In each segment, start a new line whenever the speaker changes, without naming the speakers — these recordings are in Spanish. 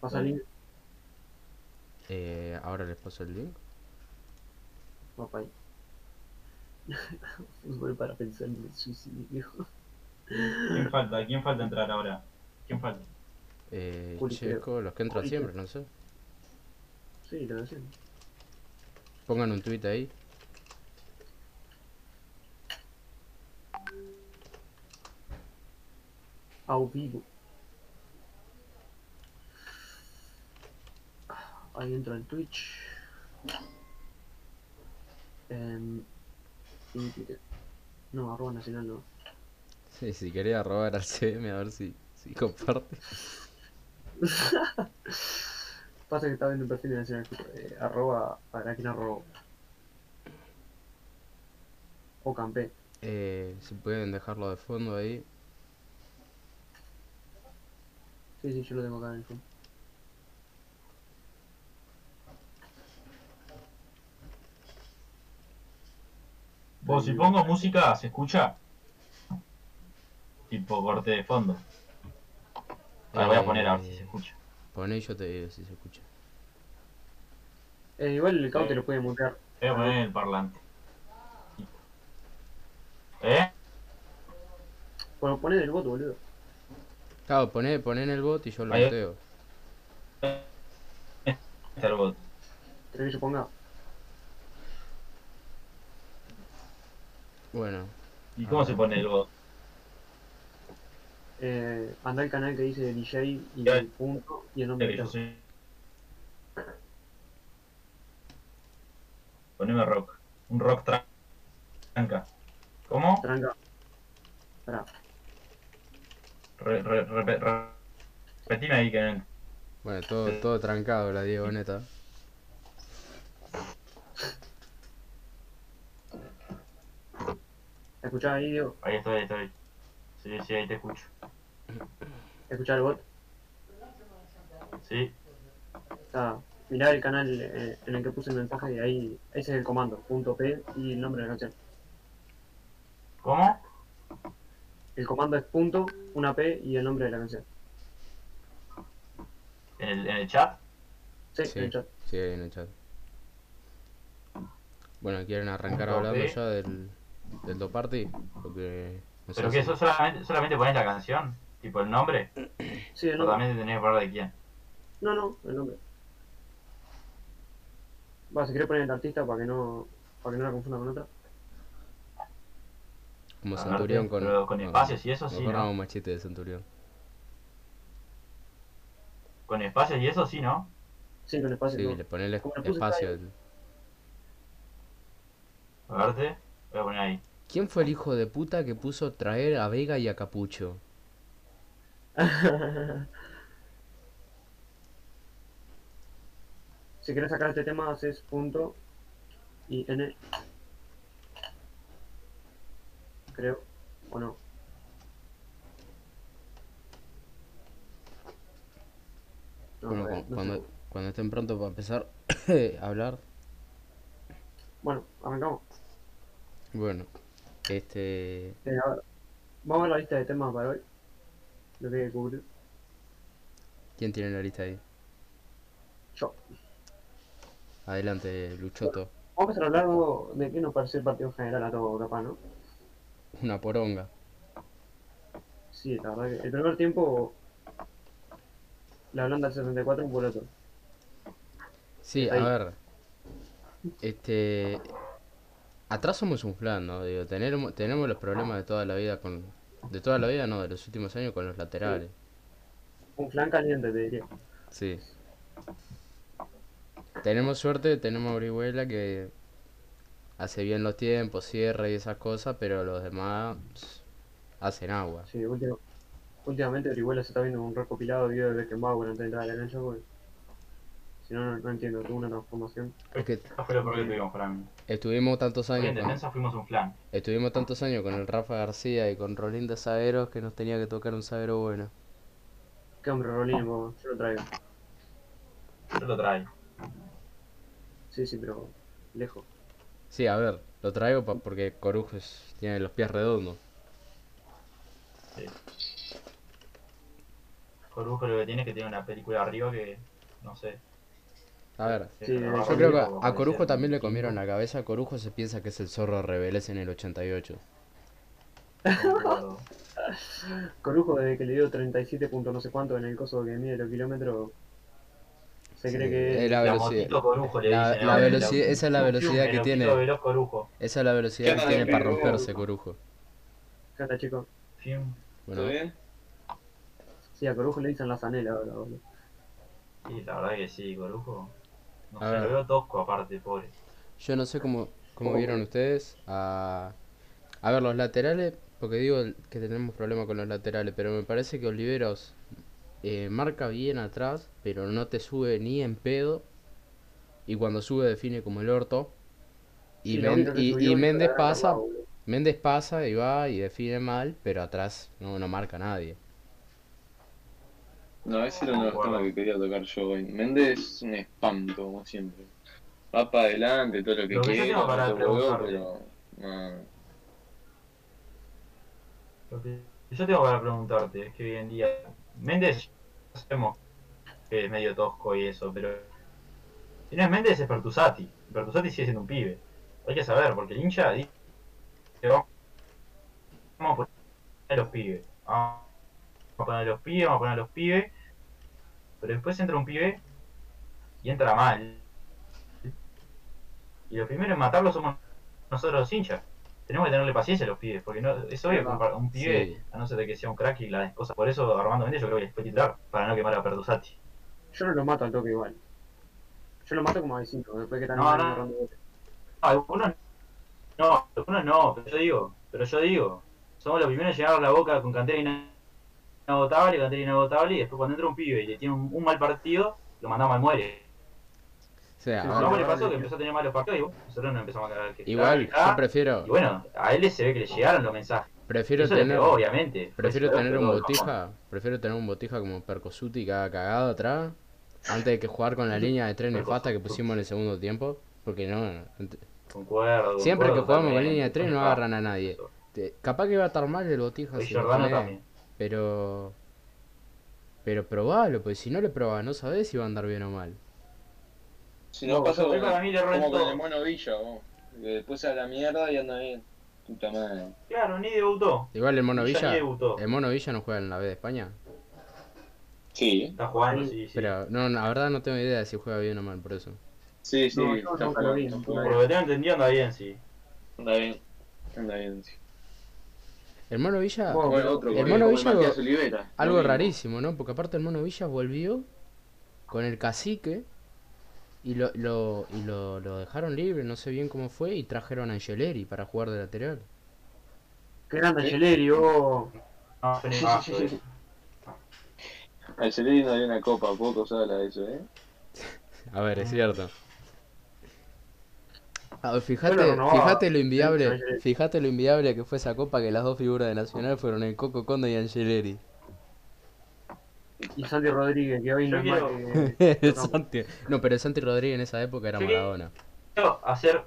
Pasa el link.
Eh, ahora les paso el link.
Papá. Fútbol para pensar en el suicidio.
¿Quién falta? ¿Quién falta entrar ahora? ¿Quién falta?
Eh,
Juli,
Checo, los que entran
Juli,
siempre, no sé.
Sí, lo hacen.
Pongan un tweet ahí.
Ao vivo. Ahí entro en Twitch. En... Em, y Twitter. No, arroba nacional no.
Sí, si quería robar al CM a ver si, si comparte.
Pasa que está viendo un perfil de Nacional Fútbol, eh, arroba para quien arroba. O campé.
Eh, si pueden dejarlo de fondo ahí.
Sí, sí, yo lo tengo acá en el fondo.
Vos, si pongo música, ¿se escucha? Tipo corte de fondo. Ahora voy a poner a ver si se escucha.
Poné y yo te digo si se escucha.
Eh, igual el caute
Sí.
lo puede montar.
Voy a poner el parlante. ¿Eh?
Bueno, poné el voto, boludo.
Claro, poné, poné en el bot y yo lo
Ahí.
voteo.
Está el bot.
¿Querés que yo ponga?
Bueno,
¿Y cómo se pone el bot?
Eh, anda al canal que dice DJ y
Ya.
el punto y el nombre
Que
del
yo
canal.
soy... Poneme rock. Un rock tra- tranca. ¿Cómo?
Tranca. Pará.
Re- re- re- re- repetime ahí que no-
bueno, todo, todo trancado la Diego neta.
¿Escuchás ahí, Diego?
Ahí estoy, ahí estoy. Sí, sí, ahí te escucho.
¿Escuchás el bot?
Sí.
Está. Mirá el canal eh, en el que puse el mensaje y ahí ese es el comando. Punto P y el nombre de la canción.
¿Cómo?
El comando es punto, una P y el nombre de la canción.
¿En el, en el chat?
Sí,
Sí.
en el chat.
Sí, ahí en el chat. Bueno, ¿quieren arrancar
Punto
hablando
B.
ya del, del Do Party? Porque. No
¿Pero
si-
que eso solamente, solamente pones la canción? ¿Tipo el nombre?
Sí, el
¿O
nombre.
también te tenés que poner de quién?
No, no, el nombre. Va, si querés poner el artista para que no, para que no la confunda con otra.
Como
Ah,
Centurión con.
pero con
no,
espacios y eso sí,
Me acuerdo
¿no?
un machete de Centurión.
Con espacios y eso sí, ¿no?
Sí, con espacio.
Sí,
no.
le ponele
Como le puse
espacio.
A verte. Voy a poner ahí.
¿Quién fue el hijo de puta que puso traer a Vega y a Capucho?
si querés sacar este tema, haces punto y n. Creo, o no. No,
Bueno,
eh,
cu-
no
cuando,
sé.
cuando estén pronto para empezar a hablar.
Bueno, arrancamos.
Bueno, este.
Eh, a ver, vamos a ver la lista de temas para hoy. Lo que hay que cubrir.
¿Quién tiene la lista ahí?
Yo.
Adelante, Luchoto.
Vamos a empezar a hablar algo de qué nos pareció el partido en general a todo, capaz, ¿no?
Una poronga.
Sí, la verdad que el primer tiempo la Holanda del 74 por otro.
Sí, a
Ahí.
ver. Este. Atrás somos un flan, ¿no? Digo, tenemos, tenemos los problemas de toda la vida con. De toda la vida, no, de los últimos años con los laterales.
Un flan caliente, te diría.
Sí. Tenemos suerte, tenemos a Orihuela que hace bien los tiempos, cierra y esas cosas, pero los demás pss, hacen agua.
Sí, último- últimamente Orihuela se está viendo un recopilado de videos de Beckenbauer antes de entrar al canal yo, porque pues. Si no, no, no entiendo, tuvo una transformación.
Es que
Eso fue lo peor que tuvimos para mí.
estuvimos tantos
Hoy
años
en
con,
defensa fuimos un flan.
estuvimos tantos años con el Rafa García y con Rolín de Saberos que nos tenía que tocar un Sabero bueno.
Qué hombre, Rolín, vos, yo lo traigo.
Yo lo traigo.
Sí, sí, pero lejos.
Sí, a ver, lo traigo pa- porque Corujo es- tiene los pies redondos.
Sí. Corujo lo que tiene es que tiene una película arriba que. No sé.
A ver,
Sí, yo
no va
yo creo que
bien, como
a- a Corujo
parecía.
también le comieron la cabeza. Corujo se piensa que es el zorro rebelés en el 88.
Concuerdo.
Corujo, desde que le dio 37 puntos no sé cuánto en el coso que mide los kilómetros, se cree
Sí,
que
eh, la
La
velocidad.
motito Corujo le
la-
dicen
la
ahora,
velocidad- esa es la velocidad que
velocito
tiene.
veloz Corujo.
Esa es la velocidad
¿Qué
que
onda,
tiene
Pepe?
para
¿Cómo
romperse,
va?
Corujo.
¿Qué onda, chicos?
Fium.
¿Todo
Bueno,
bien?
Sí, a Corujo le dicen la zanela ahora, boludo.
Sí, la verdad que sí, Corujo. No
A
sé,
ver.
lo veo tosco aparte, pobre.
yo no sé cómo,
Oh.
cómo vieron ustedes. A... a ver, los laterales, porque digo que tenemos problema con los laterales, pero me parece que Oliveros eh, marca bien atrás, pero no te sube ni en pedo. Y cuando sube define como el orto. Y,
lo
Men-
único que
y-
subió
y
es
Méndez
para ganar,
pasa,
boludo.
Méndez pasa y va y define mal, pero atrás no, no marca a nadie.
No, ese era uno de los temas que quería tocar yo hoy. Méndez es un espanto, como siempre. Va para adelante, todo lo que
Lo que yo
quiera,
tengo para
todo huevo,
preguntarle.
pero. No.
Lo que yo tengo para preguntarte es que hoy en día. Méndez, ya sabemos que es medio tosco y eso, pero. Si no es Méndez, es Pertusati. Pertusati sigue siendo un pibe. Hay que saber, porque el hincha dice. que Vamos vamos a poner a los pibes. Vamos a poner a los pibes, vamos a poner a los pibes. Pero después entra un pibe y entra mal. Y los primeros en matarlo somos nosotros los hinchas. Tenemos que tenerle paciencia a los pibes, porque no, es obvio que un par- un pibe,
Sí.
a no ser de que sea un crack y las cosas. Por eso Armando Méndez yo creo que es titular, para no quemar a Pertusati.
Yo no lo mato al toque igual. Yo lo mato como a vecino, después que están
No, no.
agarrando botes.
No, Ah, algunos no, algunos no, pero yo digo, pero yo digo, somos los primeros en llenar la boca con cantera ina- inagotable, cantera inagotable, y después cuando entra un pibe y le tiene un, un mal partido, lo mandamos al muere.
O sea,
Sí,
A
sí,
ahora-
Ramos le
ahora
pasó que
sí.
empezó a tener malos partidos y bueno, nosotros nos empezamos a cagar. que
igual
está,
yo
está,
prefiero
Y bueno, a él se ve que le llegaron los mensajes.
prefiero
Eso le
tener
pegó, obviamente.
Prefiero
Eso le
tener un
pegó, ¿no?
botija, prefiero tener un botija como Percosuti que haga cagado atrás, antes de que jugar con la línea de tres nefasta que pusimos en el segundo tiempo, porque no, ent-
Concuerdo,
siempre que
concuerdo
jugamos con
también.
línea de tres no agarran a nadie. Te- capaz que va a estar mal el botija
Y
si lo
Giordano
ponés,
también.
pero pero probalo, pues si no le probás no sabés si va a andar bien o mal.
Si no,
No,
pasa
yo
como,
creo que a mí le erró en
como con
todo.
el mono Villa, vos. Que después a la mierda y anda bien. Puta madre.
Claro, ni debutó.
Igual el Mono
Villa
Villa, eh,
ni debutó.
el Mono Villa no juega en la B de España,
Sí.
Está jugando, sí, sí.
pero no, no, la verdad no tengo idea de si juega bien o mal por eso.
Sí, sí,
No, yo
está
nunca lo vi,
jugando,
nunca lo
está
vi.
Por lo que tengo entendido anda bien, sí.
Anda bien. Anda bien, sí.
El Mono Villa
Bueno,
Bueno, otro,
el
como-
Mono
como
Villa-
Matías Olivera.
Algo
Lo mismo.
rarísimo, ¿no? Porque aparte el mono Villa volvió con el cacique y lo, lo, y lo, lo dejaron libre, no sé bien cómo fue, y trajeron a Angeleri para jugar de lateral.
Qué
Eh,
grande Angeleri, vos.
No, pero es vaso, eh.
Al Celedi no dio una copa, poco se habla de eso, ¿eh?
A ver, es cierto. A ver, Ah, fíjate,
Bueno, no,
fíjate lo
sí,
inviable,
Angeleri.
fíjate lo inviable que fue esa copa que las dos figuras de Nacional fueron el Coco Conde y Angeleri.
Y Santi Rodríguez, que hoy no es
Yo
más
El
que.
Santi- No, pero el Santi Rodríguez en esa época era
Sí.
Maradona.
Quiero hacer.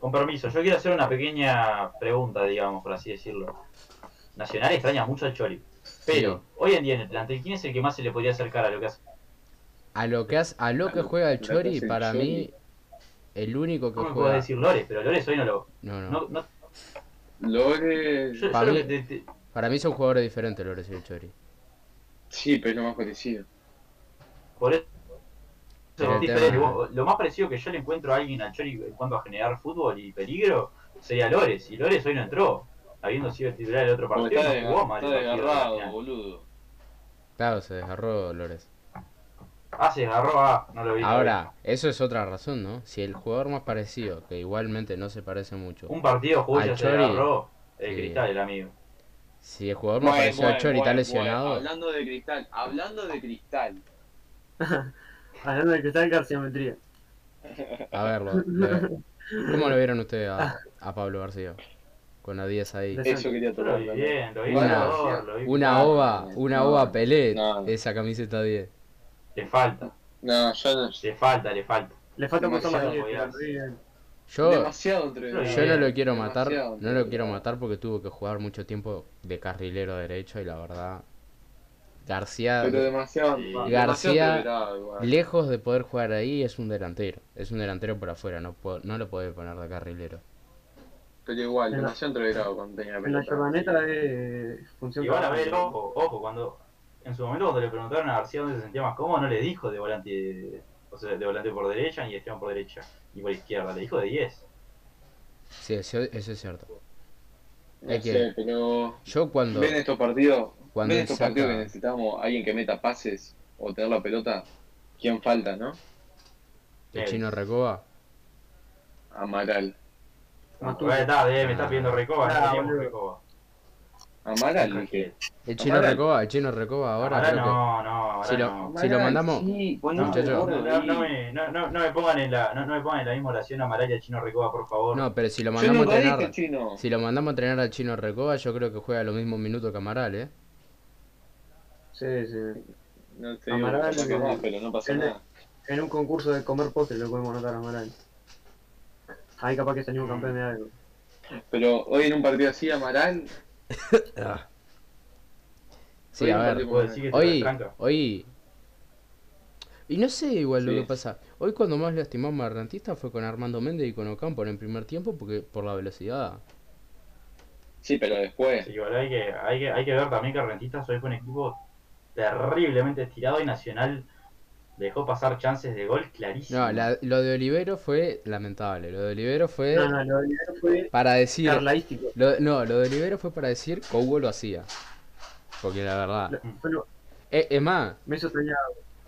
Con permiso, yo quiero hacer una pequeña pregunta, digamos, por así decirlo. Nacional extraña mucho al Choli. Pero,
Sí.
hoy en día en el plantel, ¿quién es el que más se le podría acercar a lo que hace?
A lo que, hace- a lo
A
que
lo-
juega el
lo que
Chori,
hace el
para
Chori.
mí, el único que
No me puedo
juega...
decir Lores, pero Lores hoy no lo.
No, no.
No, no, yo,
Lore.
yo
Para
lo
mí-
que te- te-
Para mí son jugadores diferentes Lores y el Chori.
Sí, pero es lo más parecido.
por eso.
Pero
es
te-
diferente. Vos- Lo más parecido que yo le encuentro a alguien al Choli en cuanto a generar fútbol y peligro sería Lores. Y Lores hoy no entró, habiendo sido el titular del otro
Como
partido.
está,
no jugó
desga-
mal
está
el partido de
desgarrado,
Nacional.
boludo.
Claro, se desgarró Lores.
Ah, se desgarró, ah, no lo vi. no lo vi.
Ahora, eso es otra razón, ¿no? Si el jugador más parecido, que igualmente no se parece mucho,
Un partido
Al
Julio se
Chori.
agarró el
Sí.
cristal, el amigo.
si el jugador más
Bueno,
parecido al
bueno,
Chori está
bueno,
lesionado,
bueno. Hablando de cristal, hablando de cristal.
Hablando de cristal Garciometría.
a verlo. lo- ¿Cómo lo vieron ustedes a, a Pablo García? Con la 10 ahí.
De-
Eso quería
Yo lo
tocar.
vi
también.
bien, lo vi
Una-
jugador, lo vi
Una
jugar.
ova, una
no,
ova Pelé,
no.
esa camiseta 10.
Le falta,
No, yo no.
le falta, le falta.
Le falta mucho más
Demasiado
de
obviado.
Rodríguez.
Yo,
demasiado entre
yo
yo no lo quiero matar,
demasiado
no lo
entre-
quiero matar porque tuvo que jugar mucho tiempo de carrilero derecho y la verdad García,
Pero demasiado.
Sí.
demasiado
García,
acelerado, igual.
lejos de poder jugar ahí, es un delantero. Es un delantero por afuera, no, po- no lo puede poner de carrilero.
Pero igual,
En la-
demasiado entreverado cuando tenía la
En la
pelota.
Giovaneta es función
Y van a ver,
cardinal.
ojo, ojo, cuando en su momento cuando le preguntaron a García dónde se sentía más cómodo, no le dijo de volante, o sea, de volante por derecha ni Esteban por derecha y por izquierda, le dijo de 10.
Sí, eso, eso es cierto.
No
Es que-
sé, pero.
Yo cuando...
Ven estos partidos.
Cuando
ven
él
estos
saca-
partidos que necesitamos alguien que meta pases o tener la pelota. ¿Quién falta, no?
El chino Recoba.
Amaral.
Ah, tú.
Ahora está, de, me está pidiendo Recoba,
Ah,
no tenemos
boludo.
Recoba.
Amaral, que
El chino
Ahora-
Recoba, el chino Recoba ahora
Ahora
creo que-
no, no, ahora
Si lo-
no.
Si lo mandamos-
Sí,
No,
ponete
Muchacho.
el
no,
gordo
no, no
ahí.
me, no, no, no me pongan en la, no, no me pongan en la misma oración a Maraya Chino Recoba, por favor.
No, pero si lo
Yo
mandamos a
nunca dije
entrenar...
chino.
Si lo mandamos a entrenar al chino Recoba, yo creo que juega los mismos minutos que Amaral, ¿eh?
Sí, sí.
No te digo,
Amaral,
capaz que
eh,
más, pero no pasa
él-
nada.
En un concurso de comer postres lo podemos notar a Amaral. Ahí capaz que salió un campeón de
Mm.
algo.
Pero hoy en un partido así, Amaral.
Sí,
hoy
a
en un
ver.
Puedo
partido como-
decir que te
Hoy,
tranca.
hoy. Y no sé igual lo
Sí.
que pasa. Hoy cuando más lastimó a Marrantista fue con Armando Méndez y con Ocampo en el primer tiempo porque por la velocidad.
Sí, pero después.
Sí, igual hay que, hay que, hay que ver también que Rentistas hoy fue un equipo terriblemente estirado y Nacional dejó pasar chances de gol clarísimo.
No, la- lo de Olivero fue lamentable. Lo de Olivero fue
No, no, lo de Olivero fue
para decir.
carlaístico.
lo- no, lo de Olivero fue para decir que Hugo lo hacía. Porque la verdad.
Mm.
Lo- fue lo-
Eh, es más,
me hizo tenía,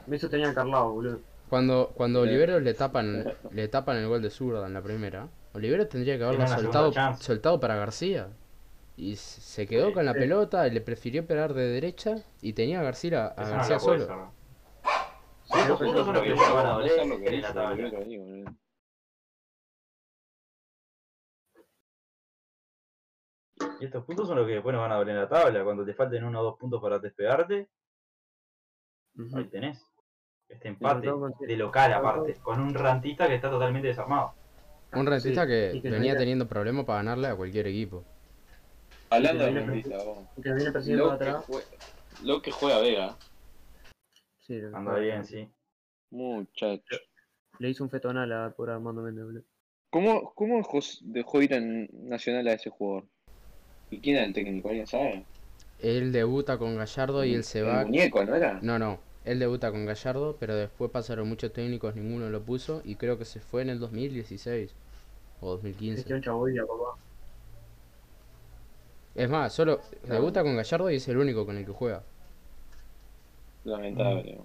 me hizo tenía Carlao, boludo.
cuando, cuando
Sí.
Olivero le tapan, le tapan el gol de zurda en la primera, Olivero tendría que haberla
Tiene una
soltado,
segunda chance.
soltado para García. Y s- se quedó
Sí,
con la
sí.
pelota, le prefirió pegar de derecha y tenía a García, a
Eso no
García
la puedo
solo.
cerrar.
Se quedó pensando
Esos puntos son los que
que-
llevan a
No
doler
sé lo que
en la
hizo,
tabla.
boludo, ahí, boludo.
Y estos puntos son los que después nos van a doler en la tabla. Cuando te falten uno o dos puntos para despegarte,
Mm.
ahí
Ujú.
tenés. Este empate
faltó con-
de local aparte, con un rantista que está totalmente desarmado.
Un rentista
Sí,
que,
y que
venía
tenía-
teniendo problemas para ganarle a cualquier equipo.
Hablando de
Sí, sí,
Mentista, vos.
Que viene persiguiendo
Lo que,
atrás.
jue- lo que juega Vega.
Sí, lo-
Anda bien, sí.
Muchacho.
Le hizo un fetonal a por Armando Méndez, boludo.
¿Cómo, cómo Jos- dejó ir en Nacional a ese jugador? ¿Y quién era el técnico? ¿Alguien sabe?
Él debuta con Gallardo y él se va.
El muñeco, ¿no era?
No, no. Él debuta con Gallardo, pero después pasaron muchos técnicos, ninguno lo puso y creo que se fue en el 2016 o 2015.
Gestión chaboya, Este papá.
Es más, solo debuta con Gallardo y es el único con el que juega.
Lamentable.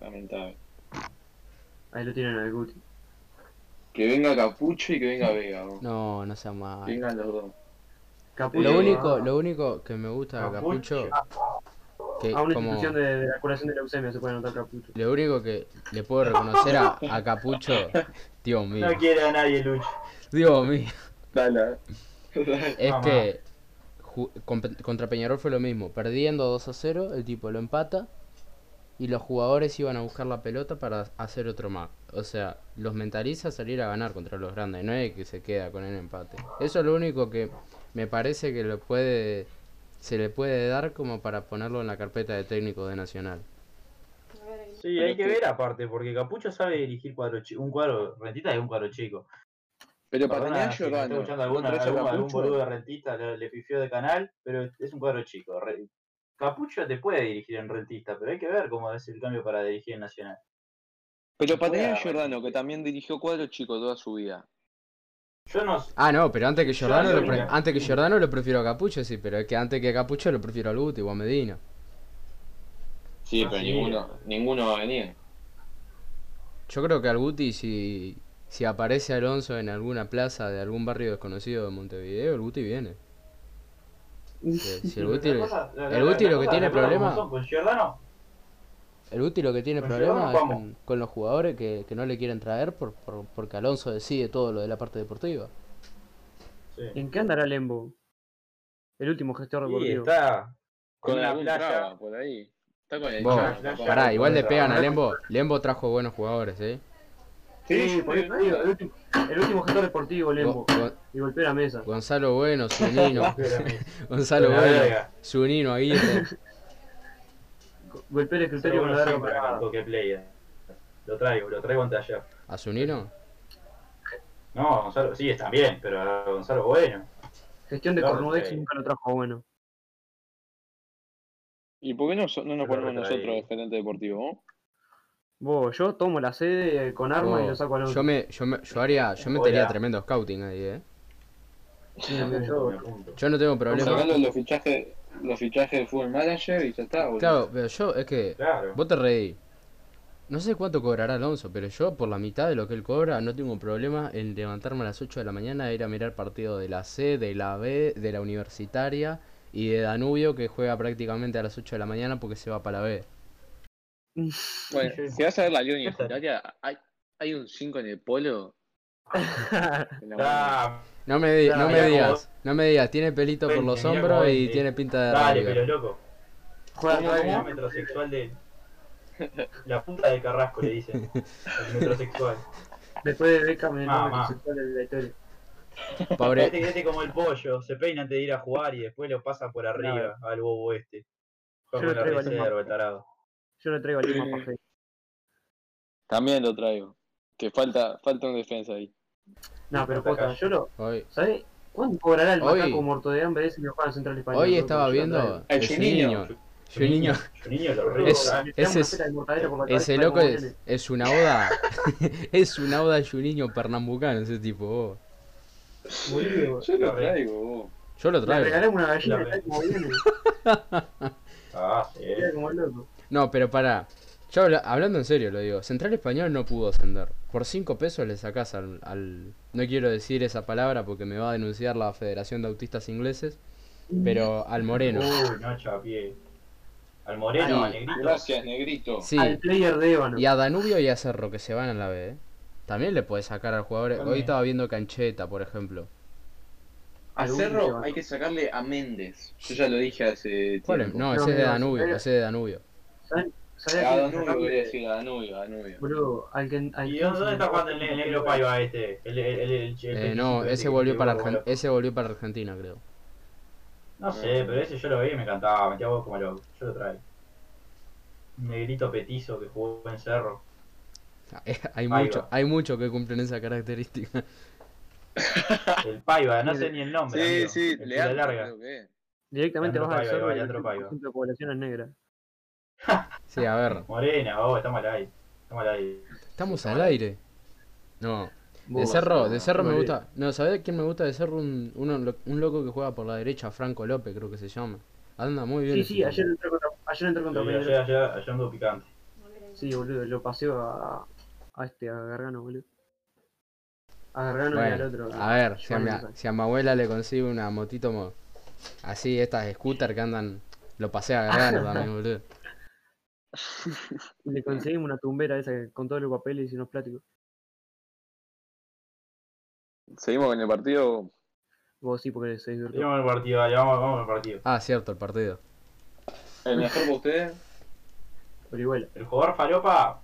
Lamentable.
Ahí lo tienen al Guti.
Que venga Capucho y que venga Vega. vos.
No, no sea mal.
Que vengan los dos.
Capullo
Lo
a-
único, lo único que me gusta de Capucho,
Capucho.
que
Ah, A una
como
institución de, de la curación de leucemia se puede anotar Capucho.
lo único que le puedo reconocer a, a Capucho, Dios mío,
No quiere a nadie, Lucho.
Dios mío,
Dale.
es
Mamá.
que ju- con- contra Peñarol fue lo mismo, perdiendo 2 a 0, el tipo lo empata y los jugadores iban a buscar la pelota para hacer otro más. O sea, los mentaliza a salir a ganar contra los grandes, no es que se queda con el empate. Eso es lo único que me parece que lo puede se le puede dar como para ponerlo en la carpeta de técnico de Nacional.
Sí, hay que ver aparte, porque Capucho sabe dirigir cuadro chi- un cuadro rentista es un cuadro chico.
Pero para
Perdona,
tener
si me está
Giordano,
escuchando
¿no
alguna,
traes a
algún, algún boludo
Capucho?
de rentista le, le pifió de canal, pero es un cuadro chico. Re- Capucho te puede dirigir en rentista, pero hay que ver cómo es el cambio para dirigir en Nacional.
Pero para tener a
Fuera,
Giordano, que también dirigió cuadro chico toda su vida.
Yo no s-
Ah, no, pero antes que Giordano,
Giordano,
lo, pre-
mira.
antes que Giordano lo prefiero a Capucho, sí, pero es que antes que a Capucho lo prefiero a Guti o a Medina.
Sí,
Ah,
pero
sí.
ninguno, ninguno va a venir.
Yo creo que al Guti si, si aparece Alonso en alguna plaza de algún barrio desconocido de Montevideo, el Guti viene. Si, si el, Guti,
la cosa- la- la-
el Guti
la
lo que
cosa-
tiene
la cosa como
problema,
son, Con Giordano,
el Guti lo que tiene
Con
problema
Giordano
es
jugamos.
con, con los jugadores que, que no le quieren traer por, por- porque Alonso decide todo lo de la parte deportiva.
sí.
¿En qué andará Lembo? El último gestor
Y
deportivo.
está con
Con
una
algún
playa.
traba por ahí. Está con el
Vos,
Chano,
playa.
capaz.
Pará, igual le
Contra-
pegan a Lembo. Lembo trajo buenos jugadores, ¿eh?
Sí,
Sí,
yo
por
te
eso te digo, el último, el último gestor deportivo,
Go-
Lembo.
Go-
Y golpea la mesa.
Gonzalo Bueno, Zunino.
Pero me-
Gonzalo
Ah, La
Bueno,
verga.
Zunino Aguirre.
Go- golpear el criterio con la
Pero bueno,
larga
siempre
para
marco que player. Lo traigo, lo traigo ante ayer.
¿A Zunino?
No, Gonzalo, sí, está bien, pero a Gonzalo Bueno.
Gestión de
No,
cornudez
ok.
y nunca lo trajo bueno.
¿Y por qué no, so- no nos
Pero
ponemos
retraído.
nosotros de gerente deportivo? ¿no?
Vos, yo tomo la sede con armas y
Oh,
lo saco al otro.
yo me, yo me, yo haría, yo
Hola.
metería tremendo scouting ahí, eh.
Sí, amigo, yo-
Me apunto.
Yo no tengo problema.
Sacando los fichajes, los fichajes de fútbol manager y ya está, boludo.
Claro, pero yo, es que,
Claro.
vos te reí. No sé cuánto cobrará Alonso, pero yo por la mitad de lo que él cobra no tengo problema en levantarme a las 8 de la mañana e ir a mirar partido de la C, de la B, de la universitaria y de Danubio que juega prácticamente a las 8 de la mañana porque se va para la B.
Bueno,
Sí, sí.
si vas a ver la Liga Universitaria, hay, hay un 5 en el polo. En la mano.
Ah,
No me, di-
Claro,
no me
mirá cómo-
digas, no me digas, tiene pelito por
Veinte,
los
mirá cómo
hombros y
veinte.
tiene pinta de
dale,
River.
pero loco.
Juega
¿Cómo,
acá,
El
cómo?
bien.
metrosexual de. La puta de Carrasco le dicen. El metrosexual.
Después de Beckham, el
Ah,
nombre
ma.
sexual de la historia.
Pobre,
Este, este como el pollo, se peina antes de ir a jugar y después lo pasa por arriba al bobo este. Juega
Yo
con la
traigo el
reserva,
mapa.
el tarado.
Yo no traigo a Lima para fe.
También lo traigo. Que falta, falta un defensa ahí.
No, pero posta, yo lo.
hoy,
¿Sabés? ¿Cuándo cobrará el
Hoy-
macaco muerto de hambre ese que juega en Central Español?
hoy
boludo?
estaba
Yo lo
viendo
traigo.
Ay,
es un
Juninho.
niño, Juninho.
Juninho lo
Boludo,
rico.
Es-
le tiramos
ese
una
es-
pera de mortadela por la cabeza
Ese
y vemos
loco
cómo
es,
viene.
es una oda. es una oda Juninho pernambucano, ese tipo. oh. vos.
Boludo,
Yo lo traigo, vos.
Yo lo
Le
traigo.
regalamos una gallina
La
y tal como viene.
Ah, sí.
Mira como el loco.
No, pero pará. Yo habla- hablando en serio lo digo. Central Español no pudo ascender. Por 5 pesos le sacás al, al- No quiero decir esa palabra porque me va a denunciar la Federación de Autistas Ingleses. Pero al Moreno.
Uy, no, chapié. Al moreno,
Ay,
al negrito.
Gracias, negrito.
Sí.
Al player de Ébano.
Y a Danubio y a Cerro que se van a la B. ¿eh? También le puedes sacar al jugador. Hoy
También.
estaba viendo Cancheta, por ejemplo.
A
Al
Cerro
último.
hay que sacarle a Méndez. Yo ya lo dije hace
¿Cuál es?
tiempo.
No,
No, ese es de
mira,
Danubio.
era-
Ese es de Danubio.
¿Saben- ¿Sabés
A
a quién
Danubio voy a
sacamos?
decir, a Danubio, a Danubio.
Boludo, al que. al
¿Y
que-
dónde, dónde está jugando el, ne- el negro Paiva este? El, el, el, el- el
Eh, no,
25 este
ese
que
volvió,
llegó
para
como
Argen-
loco.
ese volvió para Argentina, creo.
No sé, pero ese yo lo vi y me encantaba. Metía vos como loco. Yo lo traigo. Un negrito petizo que jugó en Cerro.
eh, Hay
va.
mucho, hay mucho que cumplen esa característica.
El Paiva, no sé ni el nombre.
Sí,
amigo.
sí,
El
Leandro
pila larga.
creo que es.
Directamente
Leandro
vas al
Paiva,
cerro
va,
y
Leandro
el
Paiva.
conjunto de poblaciones negras.
Sí, a ver,
Morena, oh, estamos al aire. Estamos al aire.
estamos al aire. No, de
Vos,
Cerro, de Cerro me
Madrid.
gusta. No, ¿sabés quién me gusta de Cerro? Un, uno lo- un loco que juega por la derecha, Franco López, creo que se llama. Anda muy bien.
Sí,
ese
sí,
tipo.
ayer entré contra, ayer entré contra
Sí,
Peñarol.
ayer, ayer, ayer ando picante.
Sí, boludo, lo paseo a, a este, a Gargano, boludo. A Gargano y al
Bueno,
otro.
a ver, si a, mi,
Giovanni Rosas.
si a mi abuela le consigue una motito mo- así, estas scooter que andan, lo pasea agarrando también, boludo.
Le conseguimos una tumbera esa que- con todos los papeles y unos plásticos.
Seguimos con el partido.
Vos sí, porque se divirtió.
Vamos al partido, dale, vamos, vamos al partido.
Ah, cierto, el partido.
¿El mejor para ustedes?
Orihuela.
El jugador Falopa,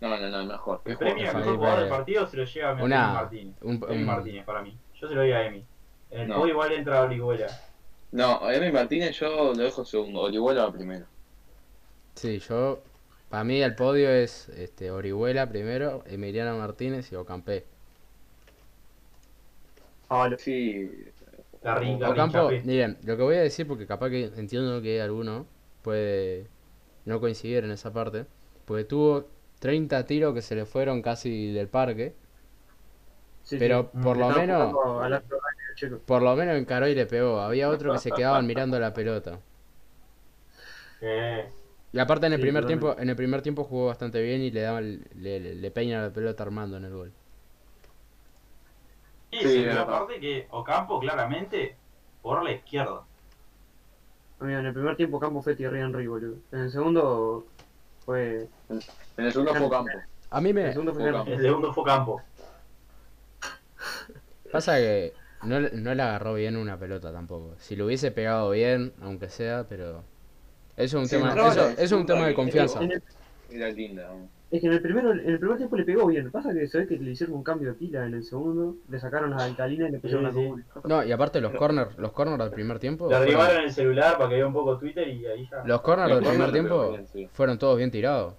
No, no, no, el mejor.
el premio al
Falopa.
mejor jugador del partido se lo lleva a
Una-
Emi Martínez.
Un,
Emi
un-
Martínez para mí. Yo se lo doy a Emi. En el
No.
juego igual entra Orihuela.
No, a Emi Martínez yo lo dejo segundo. Orihuela va primero.
sí, yo, para mí el podio es este, Orihuela primero, Emiliano Martínez y Ocampé.
Ah, lo-
Sí,
La rinca, la
Ocampo,
rinca,
miren, lo que voy a decir, porque capaz que entiendo que alguno puede no coincidir en esa parte, porque tuvo 30 tiros que se le fueron casi del parque,
sí,
pero
sí.
por
sí.
lo
Estaba
menos...
jugando al otro año, chico.
Por lo menos encaró y le pegó. Había otro que se quedaban mirando la pelota.
Eh,
Y aparte en el
Sí,
primer
totalmente.
tiempo, en el primer tiempo jugó bastante bien y le daban, le, le- le peina la pelota armando en el gol.
Sí,
Sí,
sí,
es verdad.
aparte que Ocampo claramente por la izquierda.
Amigo, en el primer tiempo Campo fue Thierry Henry, boludo. En el segundo fue.
en el segundo fue Campo.
A mí
En el
me
segundo fue
Fue
Campo.
El segundo fue Ocampo.
pasa que no, le- no le agarró bien una pelota tampoco. Si lo hubiese pegado bien, aunque sea, pero eso es un
Sí,
tema,
no,
eso,
no,
eso es un tema de
no,
confianza.
En el-
Era linda. ¿no?
Es que en el primero, en el primer tiempo le pegó bien. Pasa que se ve que le hicieron un cambio de pila en el segundo, le sacaron las alcalinas y le pusieron
Sí,
las
sí.
comunes.
No, y aparte los corners, los corners del primer tiempo.
Le
fueron-
arribaron el celular para que vea un poco Twitter y ahí ya.
Los corners del
Los
primer
corners del
tiempo
primer tiempo.
fueron todos bien tirados.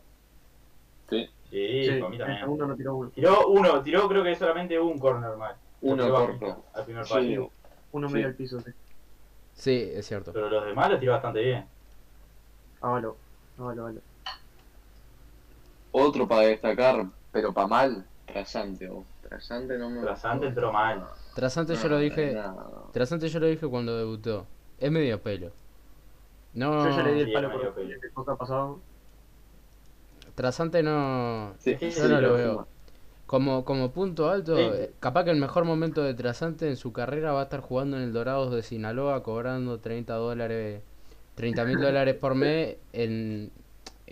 Sí,
Sí, eh".
Sí,
para mí
en el segundo
también.
no tiró uno.
Tiró uno, tiró creo que solamente un corner mal.
uno
Tiró
corto.
Al primer
Sí.
partido.
Uno
Sí.
medio al piso, sí.
Sí, es cierto.
Pero los demás los tiró bastante bien.
Avalo. Avalo, avalo.
Otro para destacar, pero para mal, Trasante. vos. Trasante no me.
Trasante entró mal.
Trasante yo
No,
lo dije.
no.
Trasante yo lo dije cuando debutó. Es medio pelo. No, Ah.
Yo ya le di el
Sí,
palo
medio
por
pelo.
el podcast pasado.
Trasante no.
Sí,
Es que
sí,
yo no lo
lo
veo.
suma.
Como, como punto alto,
Sí.
eh, capaz que el mejor momento de Trasante en su carrera va a estar jugando en el Dorados de Sinaloa, cobrando 30 dólares, 30 mil dólares por mes en,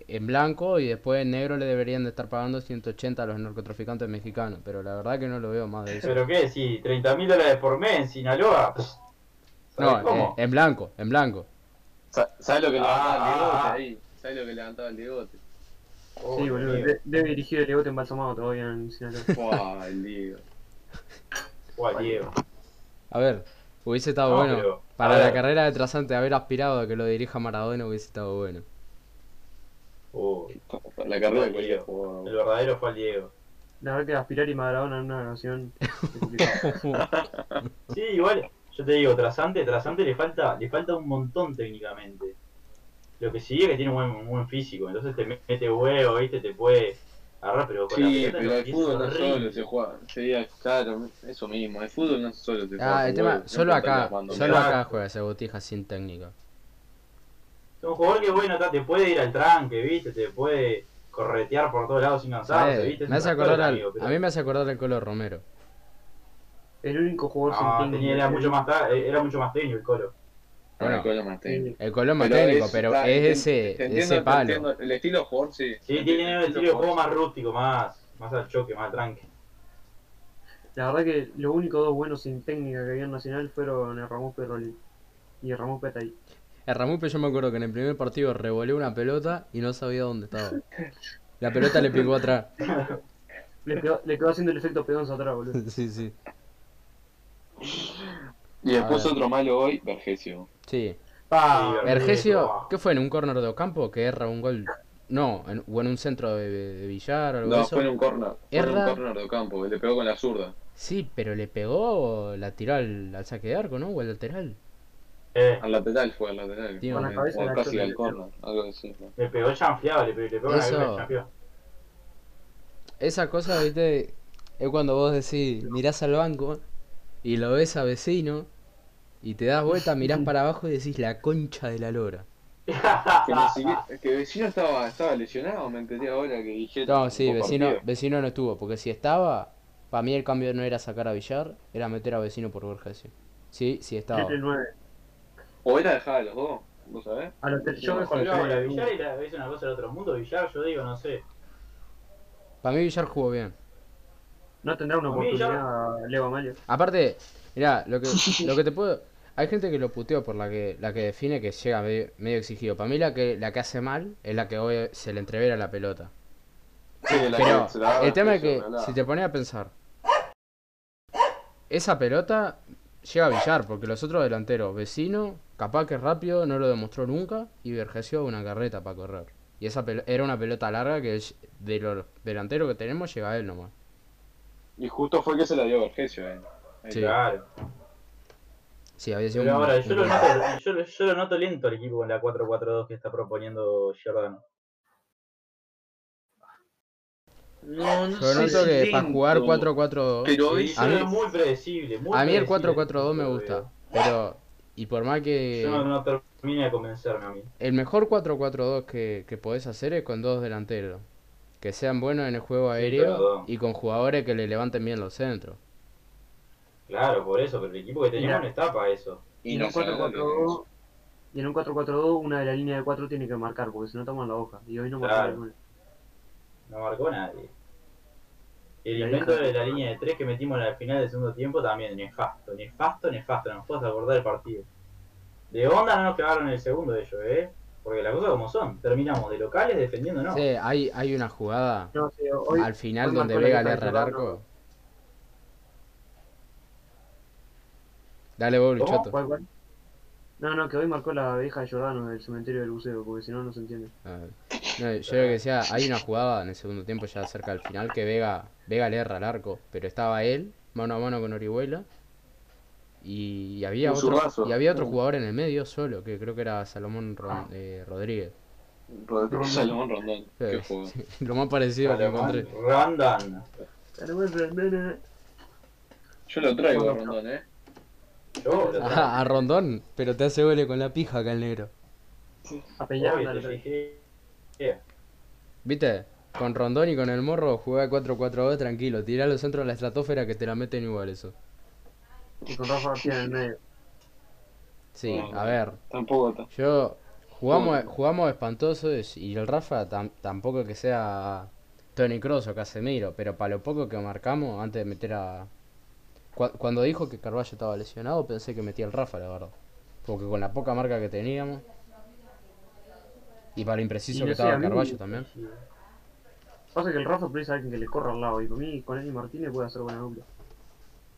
en blanco y después en negro le deberían de estar pagando 180 a los narcotraficantes mexicanos, pero la verdad que no lo veo más de eso.
Pero qué, si 30 mil dólares por mes en Sinaloa. pss, ¿sabés
No,
cómo?
eh, en blanco, en blanco.
Sa- ¿Sabes lo que levantaba
Ah.
el bigote ahí? ¿Sabes lo que levantaba el bigote?
Oh,
sí, boludo.
Diego.
de- debe dirigir el Legote embalsamado todavía en Sinaloa.
Buah, el Diego.
Guau, Diego.
A ver, hubiese estado
No,
bueno.
pero, a
Para la
ver.
carrera de Trasante, haber aspirado a que lo dirija Maradona hubiese estado bueno.
Oh,
La carrera de
Diego.
cualquier jugador.
el verdadero fue el Diego.
La verdad que aspirar y Maradona en una canción es complicado.
Sí, igual, yo te digo, Trasante, Trasante le falta, le falta un montón técnicamente. Lo que sí es que tiene un buen, un buen físico, entonces te mete huevo, viste, te puede agarrar, pero con
Sí,
la pelota
pero
lo
el
que es
fútbol no
horrible.
solo se juega. Sí, claro, eso mismo. El fútbol no solo se juega.
Ah, el
con
tema,
huevos, no
solo
importa
acá,
cuándo.
solo
Claro.
acá juega esa botija sin técnica.
Es un jugador que, bueno, ta, te puede ir al tranque, viste, te puede corretear por todos lados sin cansarse,
Eh,
viste. es
me
un
hace
actor,
acordar al-
amigo, pero-
a mí me hace acordar al color Romero.
El único jugador
No,
sin
Ah, tenía- era, mucho más, ta- era mucho más técnico el colo.
Ahora
Bueno,
con la más técnica.
El color más
Pero
técnico,
es-
pero
está,
es
enti-
ese,
te entiendo,
ese
te
palo.
entiendo. El estilo Ford, sí.
Sí, tiene el estilo de juego
Ford.
más rústico, más, más al choque, más al tranque.
La verdad que los únicos dos buenos sin técnica que había en Nacional fueron el Ramón Perrolín y el Ramón Petay.
El Ramupe yo me acuerdo que en el primer partido revolé una pelota y no sabía dónde estaba. La pelota le picó atrás.
Le quedó, le quedó haciendo el efecto pedonza atrás, boludo.
Sí, sí.
Y después
A ver.
otro malo hoy, Vergesio.
Sí.
Pa,
Sí,
Vergesio, ¿qué fue? ¿En un corner de Ocampo que erra un gol? No, en, o en un centro de, de Villar o algo de
No,
eso.
fue en un corner. Fue en un
Erra.
corner de campo, le pegó con la zurda.
Sí, pero le pegó, la tiró al, al saque de arco, ¿no? O al lateral.
Eh,
Al lateral fue, al lateral.
Tío,
Con la
me-
cabeza
O
la
casi
choca.
al corner, algo así. ¿no?
le pegó chanfleado, le pegó, le pegó
Eso.
una vez chanfleado.
Esa cosa, viste, es cuando vos decís, mirás al banco y lo ves a vecino y te das vuelta, mirás para abajo y decís la concha de la lora.
Que, ni siquiera- que vecino estaba, estaba lesionado, me enteré ahora que dije.
No, sí, vecino, vecino no estuvo, porque si estaba, para mí el cambio no era sacar a Villar, era meter a vecino por Borgesio. Sí, sí estaba.
triple nueve.
O era dejada a los dos, ¿vos sabés?
A los tres, yo me
Pero
conozco
la
la
Villar era- es una cosa del otro mundo, Villar, yo digo, no sé.
Para mí Villar jugó bien.
No tendrá una
A mí ya-
oportunidad Leo Amalio.
Aparte, mirá, lo que, lo que te puedo. Hay gente que lo puteó por la que, la que define que llega medio, medio exigido. Para mí la que, la que hace mal es la que hoy se le entrevera la pelota.
Sí, la
Pero
que se la-
el tema es
se
que,
la- la-
si te pones a pensar, esa pelota llega a Villar, porque los otros delanteros, vecino, capaz que rápido, no lo demostró nunca, y Vergesio una carreta para correr. Y esa pel- era una pelota larga que ll- de los delanteros que tenemos llega a él nomás.
Y justo fue que se la dio Vergesio, eh. Ahí
Sí.
está.
Claro.
Sí, había sido
Pero
un-
ahora, yo
un-
lo, noto, yo, lo- yo lo noto lento el equipo con la 4-4-2 que está proponiendo Giordano.
No, no
Yo
sé
noto
si
que para
lento,
jugar 4-4-2...
Pero
Sí,
hoy
yo
a
lo
mí-
veo muy predecible. Muy
A mí el
predecible.
4-4-2 me gusta, Eh. pero... Y por más que...
Yo no, no termina de convencerme a mí.
El mejor 4-4-2 que, que podés hacer es con dos delanteros. Que sean buenos en el juego aéreo
pero-
y con jugadores que le levanten bien los centros.
Claro, por eso, pero el equipo que
Mira.
teníamos no está para eso.
Y en un 4-4-2, y en un 4-4-2, una de la línea de 4 tiene que marcar, porque si no toman la hoja. Y hoy no marcaron
Claro.
ninguna.
No marcó nadie. El
La
invento
hija de
de la
puta.
línea de 3 que metimos al final del segundo tiempo también, nefasto, nefasto, nefasto. No nos podemos acordar el partido. De onda no nos clavaron el segundo de ellos, ¿eh? Porque las cosas como son, terminamos de locales defendiendo, no.
Sí, hay, hay una jugada
No, sí, hoy,
al final
hoy
donde
marcó la
Vega le
hija de
erra el
Serrano.
arco. Dale vos,
¿Cómo?
Luchoto.
¿Cuál, cuál? No, no, que hoy marcó la hija de Giordano del cementerio del buceo, porque si no, no se entiende.
Ah, no, yo creo que decía, hay una jugada en el segundo tiempo ya cerca del final que Vega, Vega le erra al arco, pero estaba él mano a mano con Orihuela y había
Un
otro,
zurdazo.
y había otro
Mm.
jugador en el medio solo, que creo que era Salomón Ron- eh, Rodríguez.
Rod- Salomón Rondón, qué
Eh,
juego.
Lo más parecido que encontré.
Randan.
Dale, güey, pero, nene.
Yo lo traigo a
Bueno,
Rondón, eh.
Yo lo
Ajá, a Rondón, pero te hace gole con la pija acá el negro.
A
traje,
pelear, dale,
te
dale.
dije, "Yeah".
¿Viste? Con Rondón y con el morro juega 4-4-2 tranquilo, tirá los centros a la estratosfera que te la meten igual eso.
Y con Rafa García en el medio.
Sí,
Ah,
a ver,
Tampoco ta-
Yo jugamos,
Bueno.
jugamos espantosos y el Rafa tam- tampoco que sea Tony Cross o Casemiro, pero para lo poco que marcamos antes de meter a. Cua- Cuando dijo que Carvalho estaba lesionado, pensé que metía el Rafa, la verdad. Porque con la poca marca que teníamos. Y para lo
Y
impreciso
no
que
sé,
estaba
a mí-
Carvalho también.
Pasa que el Rafa precisa a alguien que le corra al lado, y con mí, con Eli Martínez puede hacer buena dupla.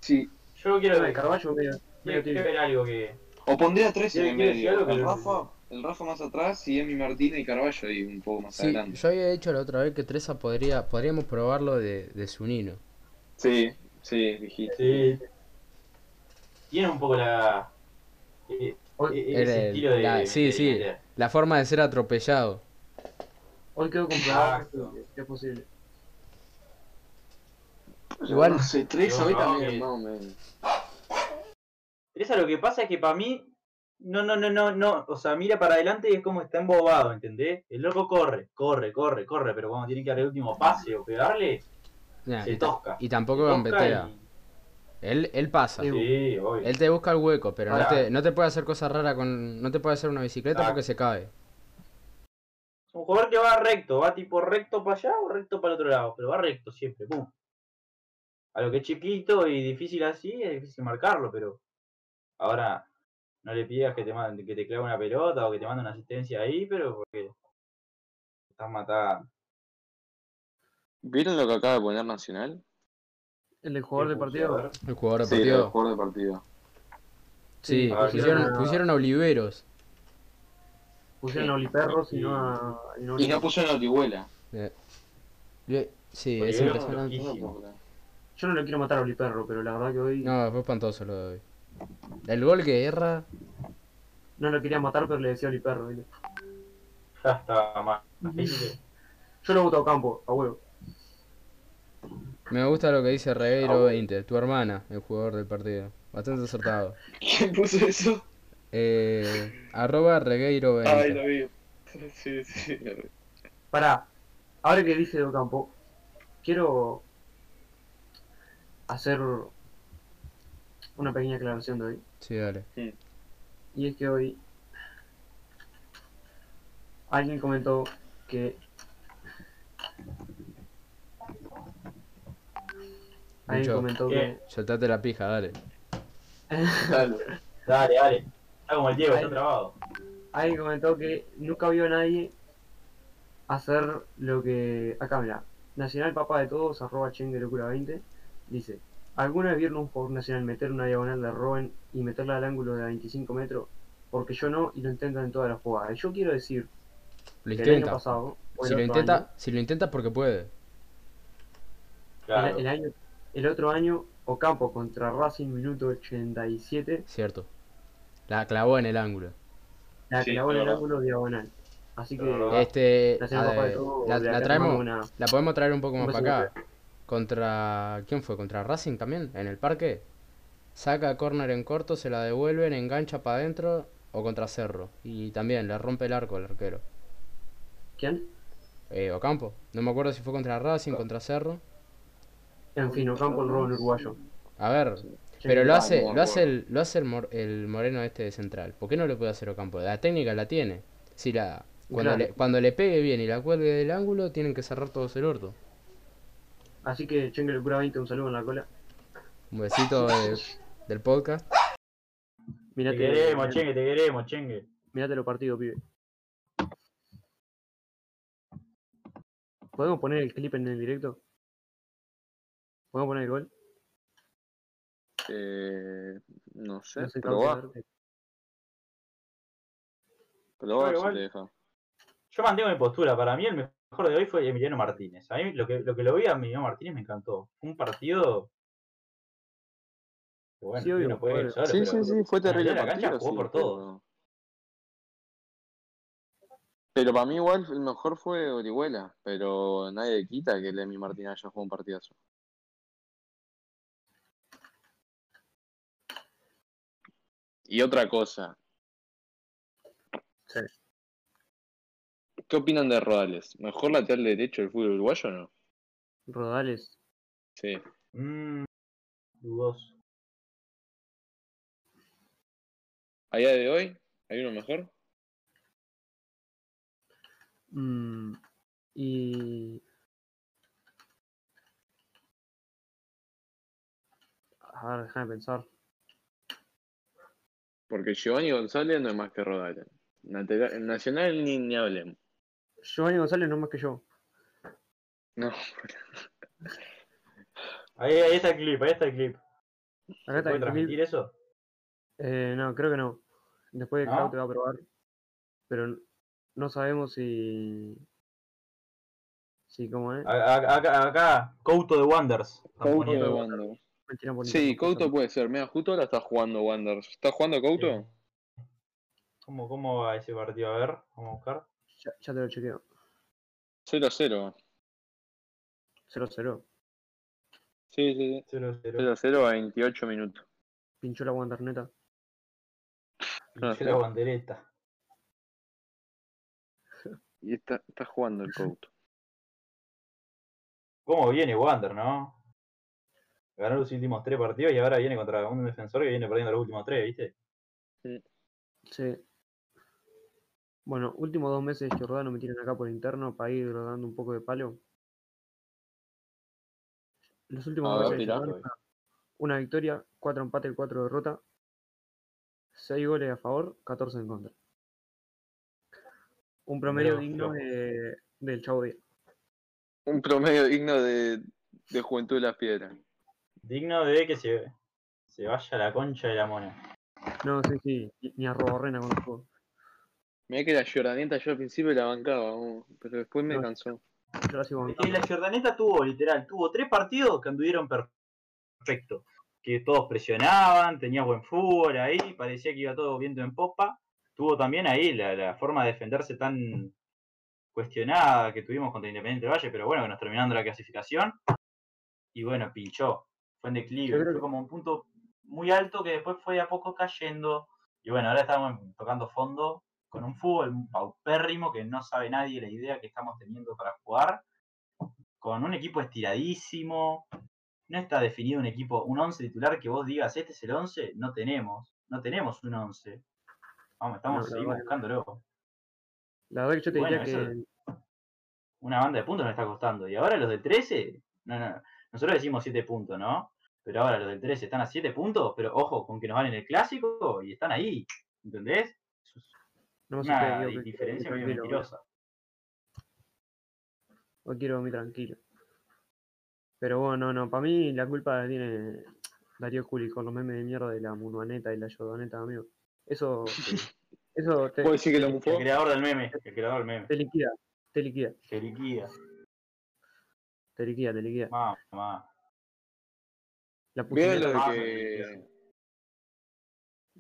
Sí.
Yo quiero
Pero el Carballo medio, medio
quiero- quiero
tibio.
ver algo que.
O pondría tres en
Sí,
el
quiero decir
medio.
algo que
El
lo-
Rafa, el Rafa más atrás y Emi Martínez y Carballo ahí un poco más
Sí,
adelante.
yo había dicho la otra vez que Treza podría, podríamos probarlo de, de Zunino.
Sí, sí, dijiste.
Sí. Tiene un poco la. eh,
Hoy,
eh,
Era
ese
el-
estilo de.
la- sí,
de-
sí.
de-
La forma de ser atropellado.
hoy quedó comprobado
Exacto.
que- que es posible.
Igual-
No sé, tres hoy
No,
también,
que-
más o menos.
Esa lo que pasa es que para mí, no, no, no, no, no, o sea, mira para adelante y es como está embobado, ¿entendés? El loco corre, corre, corre, corre, pero cuando tiene que dar el último pase o pegarle,
Nah,
se
y, ta-
tosca.
y tampoco
se tosca
gambetea. Él, él pasa.
y- Sí, obvio.
Él te busca el hueco, pero no
Ahora-
te, no te puede hacer cosas raras con. No te puede hacer una bicicleta
Exacto.
porque se cae.
Es un jugador que va recto, va tipo recto para allá o recto para el otro lado, pero va recto siempre, pum. A lo que es chiquito y difícil así, es difícil marcarlo, pero ahora no le pidas que te manden, que te clave una pelota o que te mande una asistencia ahí, pero porque estás matando.
¿Vieron lo que acaba de poner Nacional?
El del jugador de partido.
El jugador de
Sí, el
partido.
jugador de partido.
Sí,
Ah,
pusieron,
a-
pusieron a Oliveros.
Pusieron a Oliperros y no a. Y no a-
Y no pusieron a Orihuela.
Yo- Eh, Sí,
Oliveros,
es impresionante.
loquísimo.
Yo no le quiero matar a Oliperro, pero la verdad que hoy. No.
No, fue espantoso lo de hoy. El gol que erra.
lo quería matar, pero le decía a Oliperro. ¿viste?
Ya está mal. ¿viste?
Yo lo voto a campo, a huevo.
Me gusta lo que dice
Ah,
Regueiro 20, tu hermana, el jugador del partido. Bastante acertado.
¿Quién puso eso?
Eh, arroba Regueiro
Ay, lo
20.
vi. Sí, sí. lo vi.
Pará, ahora que dice de Ocampo, quiero hacer una pequeña aclaración de hoy.
Sí, dale.
Mm,
Y es que hoy alguien comentó que... Alguien
Lucho.
comentó
¿Qué?
Soltate la pija, dale.
Claro.
Dale, dale. Está como el Diego, está trabado.
que... Alguien comentó que nunca vio a nadie hacer lo que... Acá mira, Nacional Papá de Todos, arroba Chengue Locura 20, dice... ¿Alguna vez vieron un jugador nacional meter una diagonal de Robin y meterla al ángulo de 25 metros? Porque yo no y lo intentan en todas las jugadas. Y Yo quiero decir
Lo
que el año
intenta.
pasado... o el
Si lo
otro año,
intenta, si lo intenta es porque puede.
Claro.
El, el año, el otro año, Ocampo contra Racing, minuto 87,
Cierto. La clavó en el ángulo.
la
Sí,
clavó en el
claro.
ángulo diagonal. Así que,
Claro.
Este,
La hacemos
a
papá
ver,
de todo,
la,
de acá
la
te
traemos,
mando una-
la podemos traer un poco
Un
más
beso
para acá. Contra, ¿quién fue? Contra Racing también, en el parque. Saca corner en corto, se la devuelven, engancha para adentro o contra Cerro. Y también le rompe el arco al arquero.
¿quién?
Eh, Ocampo, no me acuerdo si fue contra Racing, contra Cerro.
En fin, Ocampo el robo en uruguayo.
A ver, pero lo
Ah,
hace,
no me
lo hace,
acuerdo.
el, lo hace el, mor- el moreno este de central. ¿Por qué no lo puede hacer Ocampo? La técnica la tiene. Si la, cuando,
Claro.
le, cuando le pegue bien y la cuelgue del ángulo, tienen que cerrar todos el orto.
Así que, Chengue Locura 20, un saludo en la cola.
Un besito de- del podcast.
Te
Mirate,
queremos,
mirate,
chengue, te queremos, chengue.
los partidos, pibe. ¿Podemos poner el clip en el directo? ¿Podemos poner el gol?
Eh, no sé,
No sé,
probá,
tengo que ver.
probá a ver si
Igual-
te deja.
Yo mantengo mi postura. Para mí el mejor de hoy fue Emiliano Martínez. A mí lo que lo, que lo vi a Emiliano Martínez me encantó. Fue un partido. que Bueno,
Sí, obvio,
uno puede ir
obvio.
solo,
Sí,
pero-
sí, sí, fue terrible
la
el
cancha
partido.
jugó
sí,
por
pero-
todos.
Pero para mí igual el mejor fue Orihuela, pero nadie quita que Lemi Martín haya jugado un partidazo. Y otra cosa.
Sí.
¿Qué opinan de Rodales? ¿Mejor lateral derecho del fútbol uruguayo o no?
Rodales.
Sí.
Mm, dudoso.
¿A día de hoy hay uno mejor?
Mm, y. A ver, déjame pensar.
Porque Giovanni González no es más que Rodales. Natera- Nacional ni, ni hablemos.
Giovanni González no es más que yo.
No.
Ah,
Ahí, ahí está el clip, ahí está el clip.
Acá está
¿Puede
el clip.
transmitir eso?
Eh, no, creo que no. Después de
¿No?
Clau te va a probar. Pero n- no sabemos si. Si, ¿cómo es?
A- a- Acá, acá, Couto de Wonders.
Couto
poniendo-
de Wander.
Me tiran por
Sí,
internet,
Couto
pasando.
puede ser. Mira, justo ahora está jugando Wander. ¿Está jugando Couto?
¿Cómo, ¿Cómo va ese partido? A ver, vamos a buscar.
Ya, ya te lo chequeo.
0-0.
0-0.
Sí, sí, sí.
0-0.
0-0 a 28 minutos.
Pinchó la guanterneta.
Ah,
Y yo la bandereta.
Y está, está jugando el Couto.
¿Cómo viene Wander, no? Ganó los últimos tres partidos y ahora viene contra un defensor que viene perdiendo los últimos tres, ¿viste?
Sí. Bueno, últimos dos meses de Giordano me tiran acá por interno para ir dando un poco de palo. Los últimos
A
dos meses
ver,
de
tirá.
Giordano, una victoria, cuatro empates, cuatro derrotas, seis goles a favor, 14 en contra. Un promedio
Medio
digno
flojo.
de- del Chavo Díaz.
Un promedio digno de, de Juventud de las Piedras.
Digno de que se, se vaya la concha de la mona.
No, sí, sí, ni- ni a Roborrena con el juego.
Mirá que la lloranieta yo al principio la bancaba, uh, pero después me
No.
cansó.
Yo la sigo
Es
bancando.
que la Jordaneta tuvo, literal, tuvo tres partidos que anduvieron per- perfecto. Que todos presionaban, tenía buen fútbol ahí, parecía que iba todo viento en popa. Tuvo también ahí la, la forma de defenderse tan cuestionada que tuvimos contra Independiente del Valle, pero bueno, que nos terminando la clasificación. Y bueno, pinchó. Fue en
Yo
declive.
creo
Fue
que-
como un punto muy alto que después fue de a poco cayendo. Y bueno, ahora estamos tocando fondo con un fútbol paupérrimo que no sabe nadie la idea que estamos teniendo para jugar con un equipo estiradísimo. No está definido un equipo, un 11 titular que vos digas, este es el 11, no tenemos. No tenemos un 11. Vamos, estamos
No, la
seguimos
verdad
buscándolo.
La verdad que yo te
Bueno,
diría
eso-
que
Una banda de puntos nos está costando. Y ahora los del 13, no, no, nosotros decimos 7 puntos, ¿no? Pero ahora los del 13 están a 7 puntos, pero ojo, con que nos van en el clásico y están ahí. ¿Entendés?
no me
Una
asustaría, que-
diferencia
que
medio
tranquilo,
mentirosa.
Hoy quiero dormir tranquilo. Pero bueno, no, no, para mí la culpa la tiene Darío Juli con los memes de mierda de la munuaneta y la yodoneta, amigo. Eso, eso te,
¿Puedo decir que la
El
mufó?
creador del meme, el creador del meme.
te liquida, te liquida,
Que liquida.
te liquida, te liquida.
Mamá.
La
¿Vieron
pusilánime-
lo
Ah,
de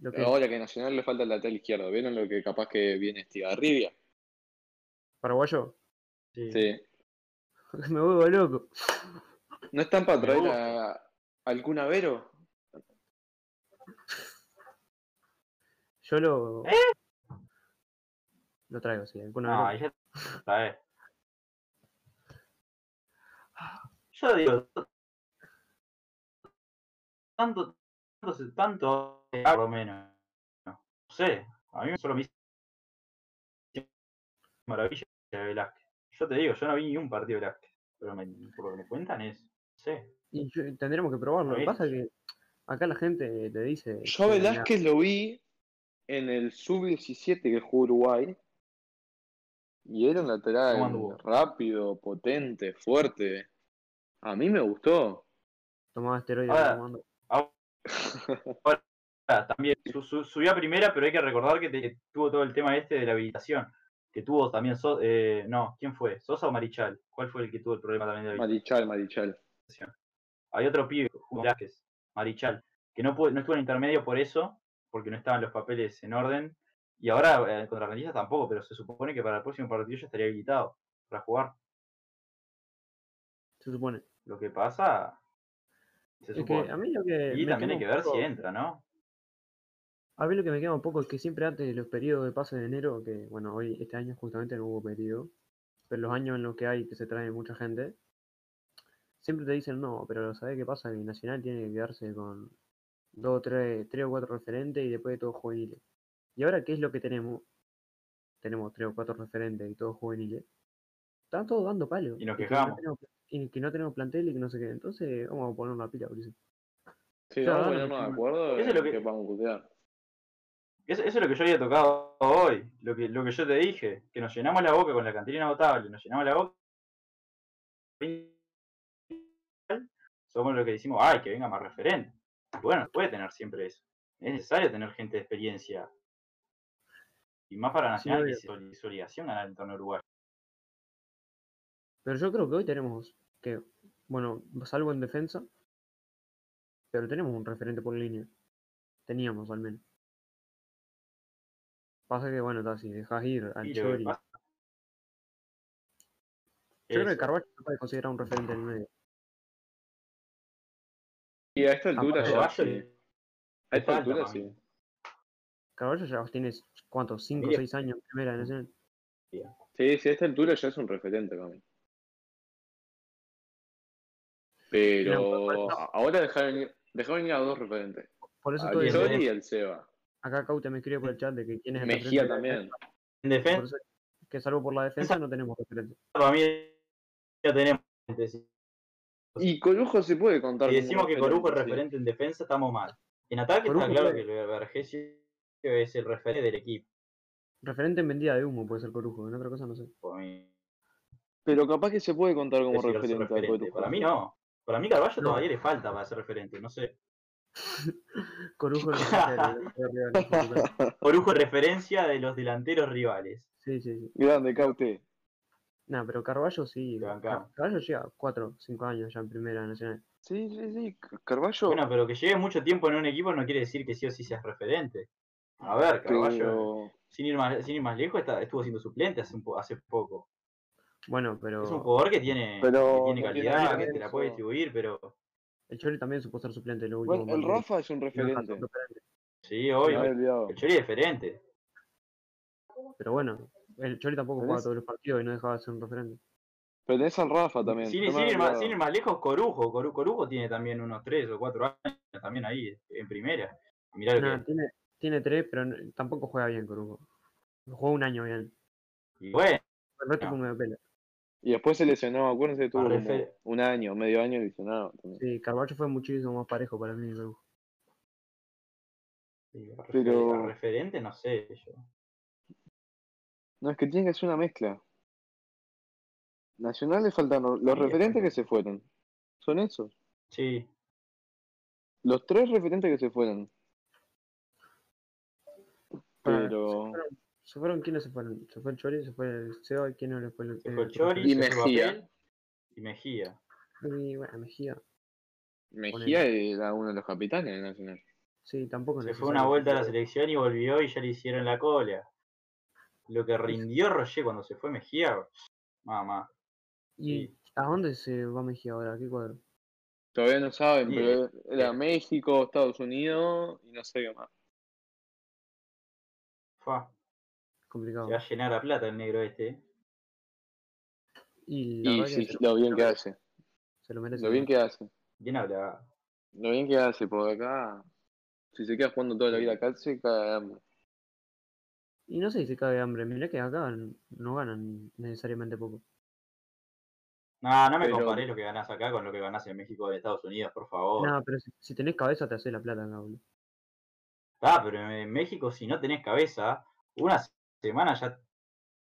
lo que
que ahora que Nacional le falta el lateral izquierdo? ¿Vieron lo que capaz que viene Estigarribia?
paraguayo,
Sí.
Sí.
me vuelvo loco.
¿No están para
Me
traer
gusta.
a algún avero?
Yo lo lo traigo, sí, alguna
No,
vez.
Ah, ya está, eh. Yo digo, tanto, tanto, se- tanto, eh, por lo menos. No sé, a mí solo me hizo maravilla de Velázquez. Yo te digo, yo no vi ni un partido de Velázquez, pero me, por lo que me cuentan es, no sé.
Y yo- tendremos que probarlo. Lo que
Ahí.
pasa es que acá la gente te dice.
Yo a
que la-
Velázquez lo vi en el sub-17 que jugó Uruguay. Y era un
¿Cómo
lateral
anduvo?
rápido, potente, fuerte. A mí me gustó.
Tomaba esteroides.
Ahora-
tomando-
Ah, También su- su- subió a primera, pero hay que recordar que, te- que tuvo todo el tema este de la habilitación. Que tuvo también. So- eh, no, ¿quién fue? ¿Sosa o Marichal? ¿Cuál fue el que tuvo el problema también de habilitación?
Marichal, Marichal.
Hay otro pibe, Juan Velázquez, Marichal, que no, pudo- no estuvo en intermedio por eso, porque no estaban los papeles en orden. Y ahora eh, contra Rentistas tampoco, pero se supone que para el próximo partido ya estaría habilitado para jugar.
Se supone.
Lo que pasa. Se
Es que
supone.
a mí lo que.
y
me
también
quema
hay que
un
ver
poco-
si entra, ¿no?
A mí lo que me queda un poco es que siempre antes de los periodos de pase de enero, que bueno, hoy este año justamente no hubo periodo, pero los años en los que hay que se trae mucha gente, siempre te dicen no, pero ¿sabés qué pasa? Que Nacional tiene que quedarse con dos, tres, tres o cuatro referentes y después todos juveniles. ¿Y ahora qué es lo que tenemos? Tenemos tres o cuatro referentes y todos juveniles. Están todos dando palo.
Y nos
que no
quejamos.
tenemos- y que no tenemos plantel y que no sé qué. Entonces vamos a poner una pila, por eso.
Sí,
Claro,
vamos a
no,
ponernos de
no.
acuerdo
Eso es lo
en
que-
qué vamos a putear.
Eso, eso es lo que yo había tocado hoy, lo que, lo que yo te dije, que nos llenamos la boca con la cantina notable, nos llenamos la boca. Somos lo que decimos, ay, que venga más referente. Bueno, puede tener siempre eso. Es necesario tener gente de experiencia. Y más para
Sí,
Nacional, que
obvio.
es obli- su obligación ganar el torneo uruguayo.
Pero yo creo que hoy tenemos que, bueno, salvo en defensa, pero tenemos un referente por línea. Teníamos al menos. Pasa que, bueno, está, si dejas ir al
Y lo que
Chori-
pasa
Yo creo
es-
que Carvacho se puede considerar un referente en el medio.
Y a esta altura ya.
Carvalho
sí.
le-
A esta
falta,
altura
para
sí.
mí.
Carvalho ya tiene, ¿cuántos? 5 o
Diez.
6 años en primera nacional.
Sí, sí, a esta altura ya es un referente para mí. Pero
Pero-
ahora dejar venir, dejar venir a dos referentes.
Por eso
Al
estoy.
diez.
Chori Ah, y al Seba.
Acá Caute me escribe por el chat de que quién es el
Mejía
referente.
también.
En
Por
defensa,
eso es que salvo por la defensa no tenemos referente.
para mí, ya tenemos. gente, sí.
Y Corujo se puede contar.
Si
como
decimos que Corujo es
sí.
referente en defensa, estamos mal. En ataque
Corujo
está claro
puede-
que Vergesio es el referente del equipo.
Referente en vendida de humo puede ser Corujo, en otra cosa no sé.
por mí.
Pero capaz que se puede contar como
Es el
referente, a
referente.
Corujo.
Para mí no. Para mí Carballo
No.
todavía le falta para ser referente, no sé.
Corujo es el
Corujo es referencia de los delanteros rivales.
Sí, sí, sí.
Grande, Caute.
No, pero Carballo sí.
Te
Car-
bancamos.
Carballo llega 4, 5 años ya en primera nacional.
Sí, sí, sí. Carballo.
Bueno, pero que lleve mucho tiempo en un equipo no quiere decir que sí o sí seas referente. A ver, Carballo,
pero...
sin, ir más, sin ir más lejos, está- estuvo siendo suplente hace, un po- hace poco.
Bueno, pero
Es un jugador que tiene, que
Pero
tiene
no tiene
calidad,
nada
que te
de
la
eso.
puede distribuir, pero
el Chori también supo ser suplente lo último.
Bueno, el
partido.
Rafa es un
Tiene un
referente.
razón referente.
sí,
Me
obvio.
había olvidado.
El Chori es diferente.
Pero bueno, el Chori tampoco
Pero
jugaba
es-
todos los partidos y no dejaba de ser un referente.
Pero tenés al Rafa también.
Sin,
yo me
sin
había
ir más,
olvidado.
sin ir más lejos, Corujo. Coru- Corujo tiene también unos 3 o 4 años también ahí, en primera. Mirá lo
No,
que.
tiene, tiene 3, pero no- tampoco juega bien Corujo. Jugó un año bien.
Y bueno,
El resto
No.
fue un medio pelo.
Y después se lesionó, acuérdense, tuvo
Para
como
refer-
un año, medio año lesionado también.
Sí, Carballo fue muchísimo más parejo para mí que Corujo.
refer-
Pero-
referente, no sé yo.
No, es que tiene que ser una mezcla. Nacional le faltan los
es
referentes
verdad.
que se fueron. Son esos.
Sí,
Los tres referentes que se fueron.
Para-
Pero.
se, fueron, se fueron, ¿quiénes se fueron? Se fue el Chori, se fue el Seba, ¿quién no le fue el,
se fue
eh,
el Chori,
Y
se fue
Mejía.
Papel y Mejía.
Y bueno, Mejía.
Mejía era uno de los capitanes de Nacional.
Sí, tampoco
Se
es
fue
necesario.
una vuelta a la selección y volvió y ya le hicieron la cola. Lo que rindió Roger cuando se fue Mejía, mamá.
¿Y a dónde se va Mejía ahora? ¿A qué cuadro?
Todavía no saben,
Sí,
pero era
sí.
México, Estados Unidos y no sé qué más.
fa,
Complicado.
se va a llenar a plata el negro este. eh.
Y, la
Y
verdad que
sí,
se,
lo bien que hace.
se lo merece.
Lo bien que hace.
¿Quién habla?
Lo bien que hace, porque acá. Si se queda jugando toda la vida acá, se cae de hambre.
Y no sé si se cae de hambre. Mirá que acá n- no ganan necesariamente poco.
No, no me
Pero-
comparé lo que ganás acá con lo que ganás en México o en Estados Unidos, por favor.
Nada, pero si, si tenés cabeza te hace la plata acá, boludo.
Ah, pero en México si no tenés cabeza, una semana ya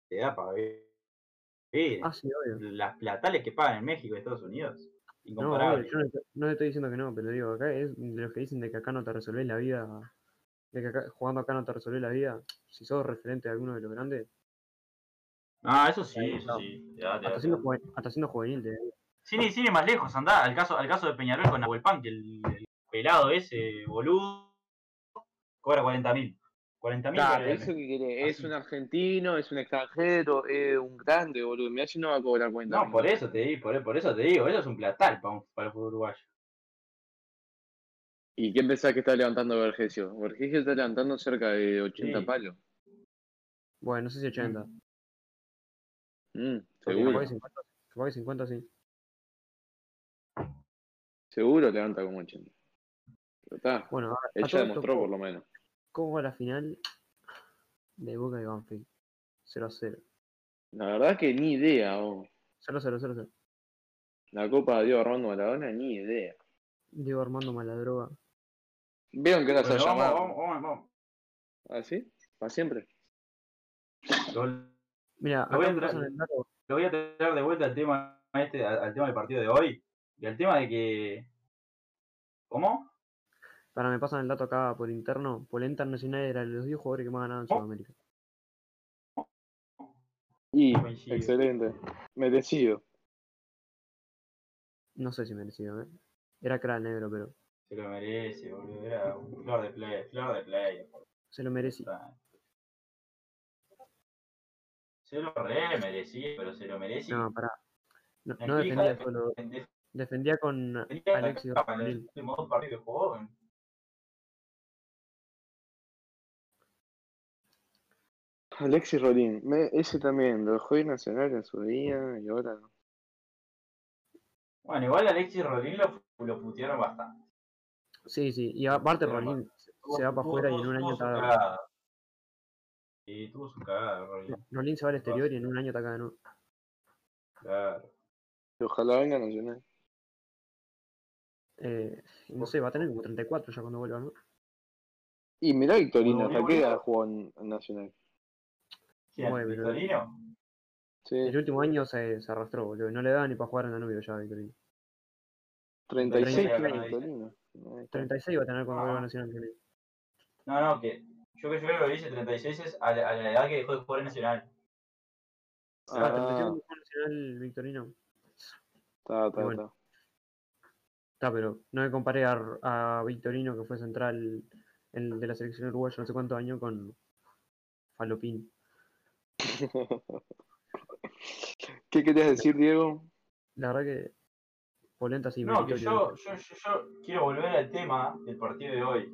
te da para vivir.
Ah, sí, obvio.
Las platales que pagan en México y Estados Unidos.
No, obvio,
Incomparable.
yo no, te- no te estoy diciendo que no, pero digo, acá es de los que dicen de que acá no te resolvés la vida, de que acá, jugando acá no te resolvés la vida, si sos referente de alguno de los grandes,
Ah, eso sí,
Ahí,
eso
no.
sí. Te da- te da-
hasta siendo, juve- hasta siendo juvenil, te-
Sin ir, sin ir más lejos, andá al caso, al caso de Peñarol con Nahuel Pan, que el, el pelado ese, boludo, cobra 40 mil. 40 mil.
Claro, eso que querés, es
Así.
un argentino, es un extranjero, es un grande, boludo. Mirá si no va a cobrar cuenta.
No, por eso te digo, por, por eso te digo, eso es un platal para, un- para el fútbol uruguayo.
¿Y qué pensás que está levantando Vergesio? Vergesio está levantando cerca de 80
Sí.
palos.
bueno, no sé si 80,
Mm,
capaz
seguro,
que 50, capaz que 50 sí.
seguro levanta como 80. Pero está,
Bueno, a- a,
él ya
todo esto,
demostró
¿cómo-
por lo menos.
¿cómo va la final de Boca y Banfield? 0 a 0,
La verdad que ni idea, oh.
0 a 0, 0 a 0.
La copa dio Armando Maradona, ni idea.
Diego Armando Maladroga.
Vieron que era esa
Bueno, vamos,
llamada.
vamos, vamos, vamos.
¿Así? ¿Ah, ¿Para siempre?
Lo,
Mira,
Lo voy
acá me
a entrar-
pasan el dato.
lo voy a traer de vuelta al tema este, al, al tema del partido de hoy, y al tema de que. ¿Cómo?
Para, me pasan el dato acá por interno. Polenta Nacional era de los 10 jugadores que más ganaban en
Oh.
Sudamérica.
Y,
Coincido.
excelente. Merecido.
No sé si merecido, ¿eh? Era cra negro, pero
Se lo merece, boludo. Era un flor de play, flor de play.
se lo merecía.
puta. Se lo re merecía, pero se lo merecía.
No, pará. No,
La
no
hija
defendía
de-
solo.
Defendía
Defendía con
la
Alexis
capa en el
Ortiz.
último dos partidos que jugó.
Alexis Rolín, me- ese también, lo dejó ir Nacional en su día y ahora no.
Bueno, igual Alexis Rodríguez lo, lo putearon bastante.
Sí, sí. Y aparte,
Pero
Rolín se va para
Tuvo-
afuera y en
tuvo-
un
tuvo
año
su
está.
cagada. Sí, tuvo su cagada, Rodríguez.
Rolín se va al exterior y en un año está acá de nuevo.
Claro.
Y Ojalá venga Nacional.
Eh, y no sé, va a tener como 34 ya cuando vuelva, ¿no?
Y mirá Victorino,
Bueno,
¿hasta qué
bueno.
edad jugó en en Nacional?
¿Quién?
Muy bien.
¿Victorino?
Sí,
El último año se, se arrastró, boludo. No le daba ni para jugar en Danubio ya, Victorino.
36
30,
tiene
¿no?
Victorino. Ahí está.
36 va a tener cuando
Ah.
vuelva Nacional. Victorino.
No, no, que yo que yo lo hice 36 es a la, a la edad que dejó de jugar en Nacional.
Ah,
Ah,
36 va a Nacional Victorino.
está, está,
Bueno.
está.
Está, pero no me comparé a, a Victorino, que fue central en- de la selección uruguaya no sé cuántos años, con Falopín.
¿Qué querías decir, Diego?
La verdad que Polenta sí
No, que
meritorio.
yo, yo, yo, yo quiero volver al tema del partido de hoy. Y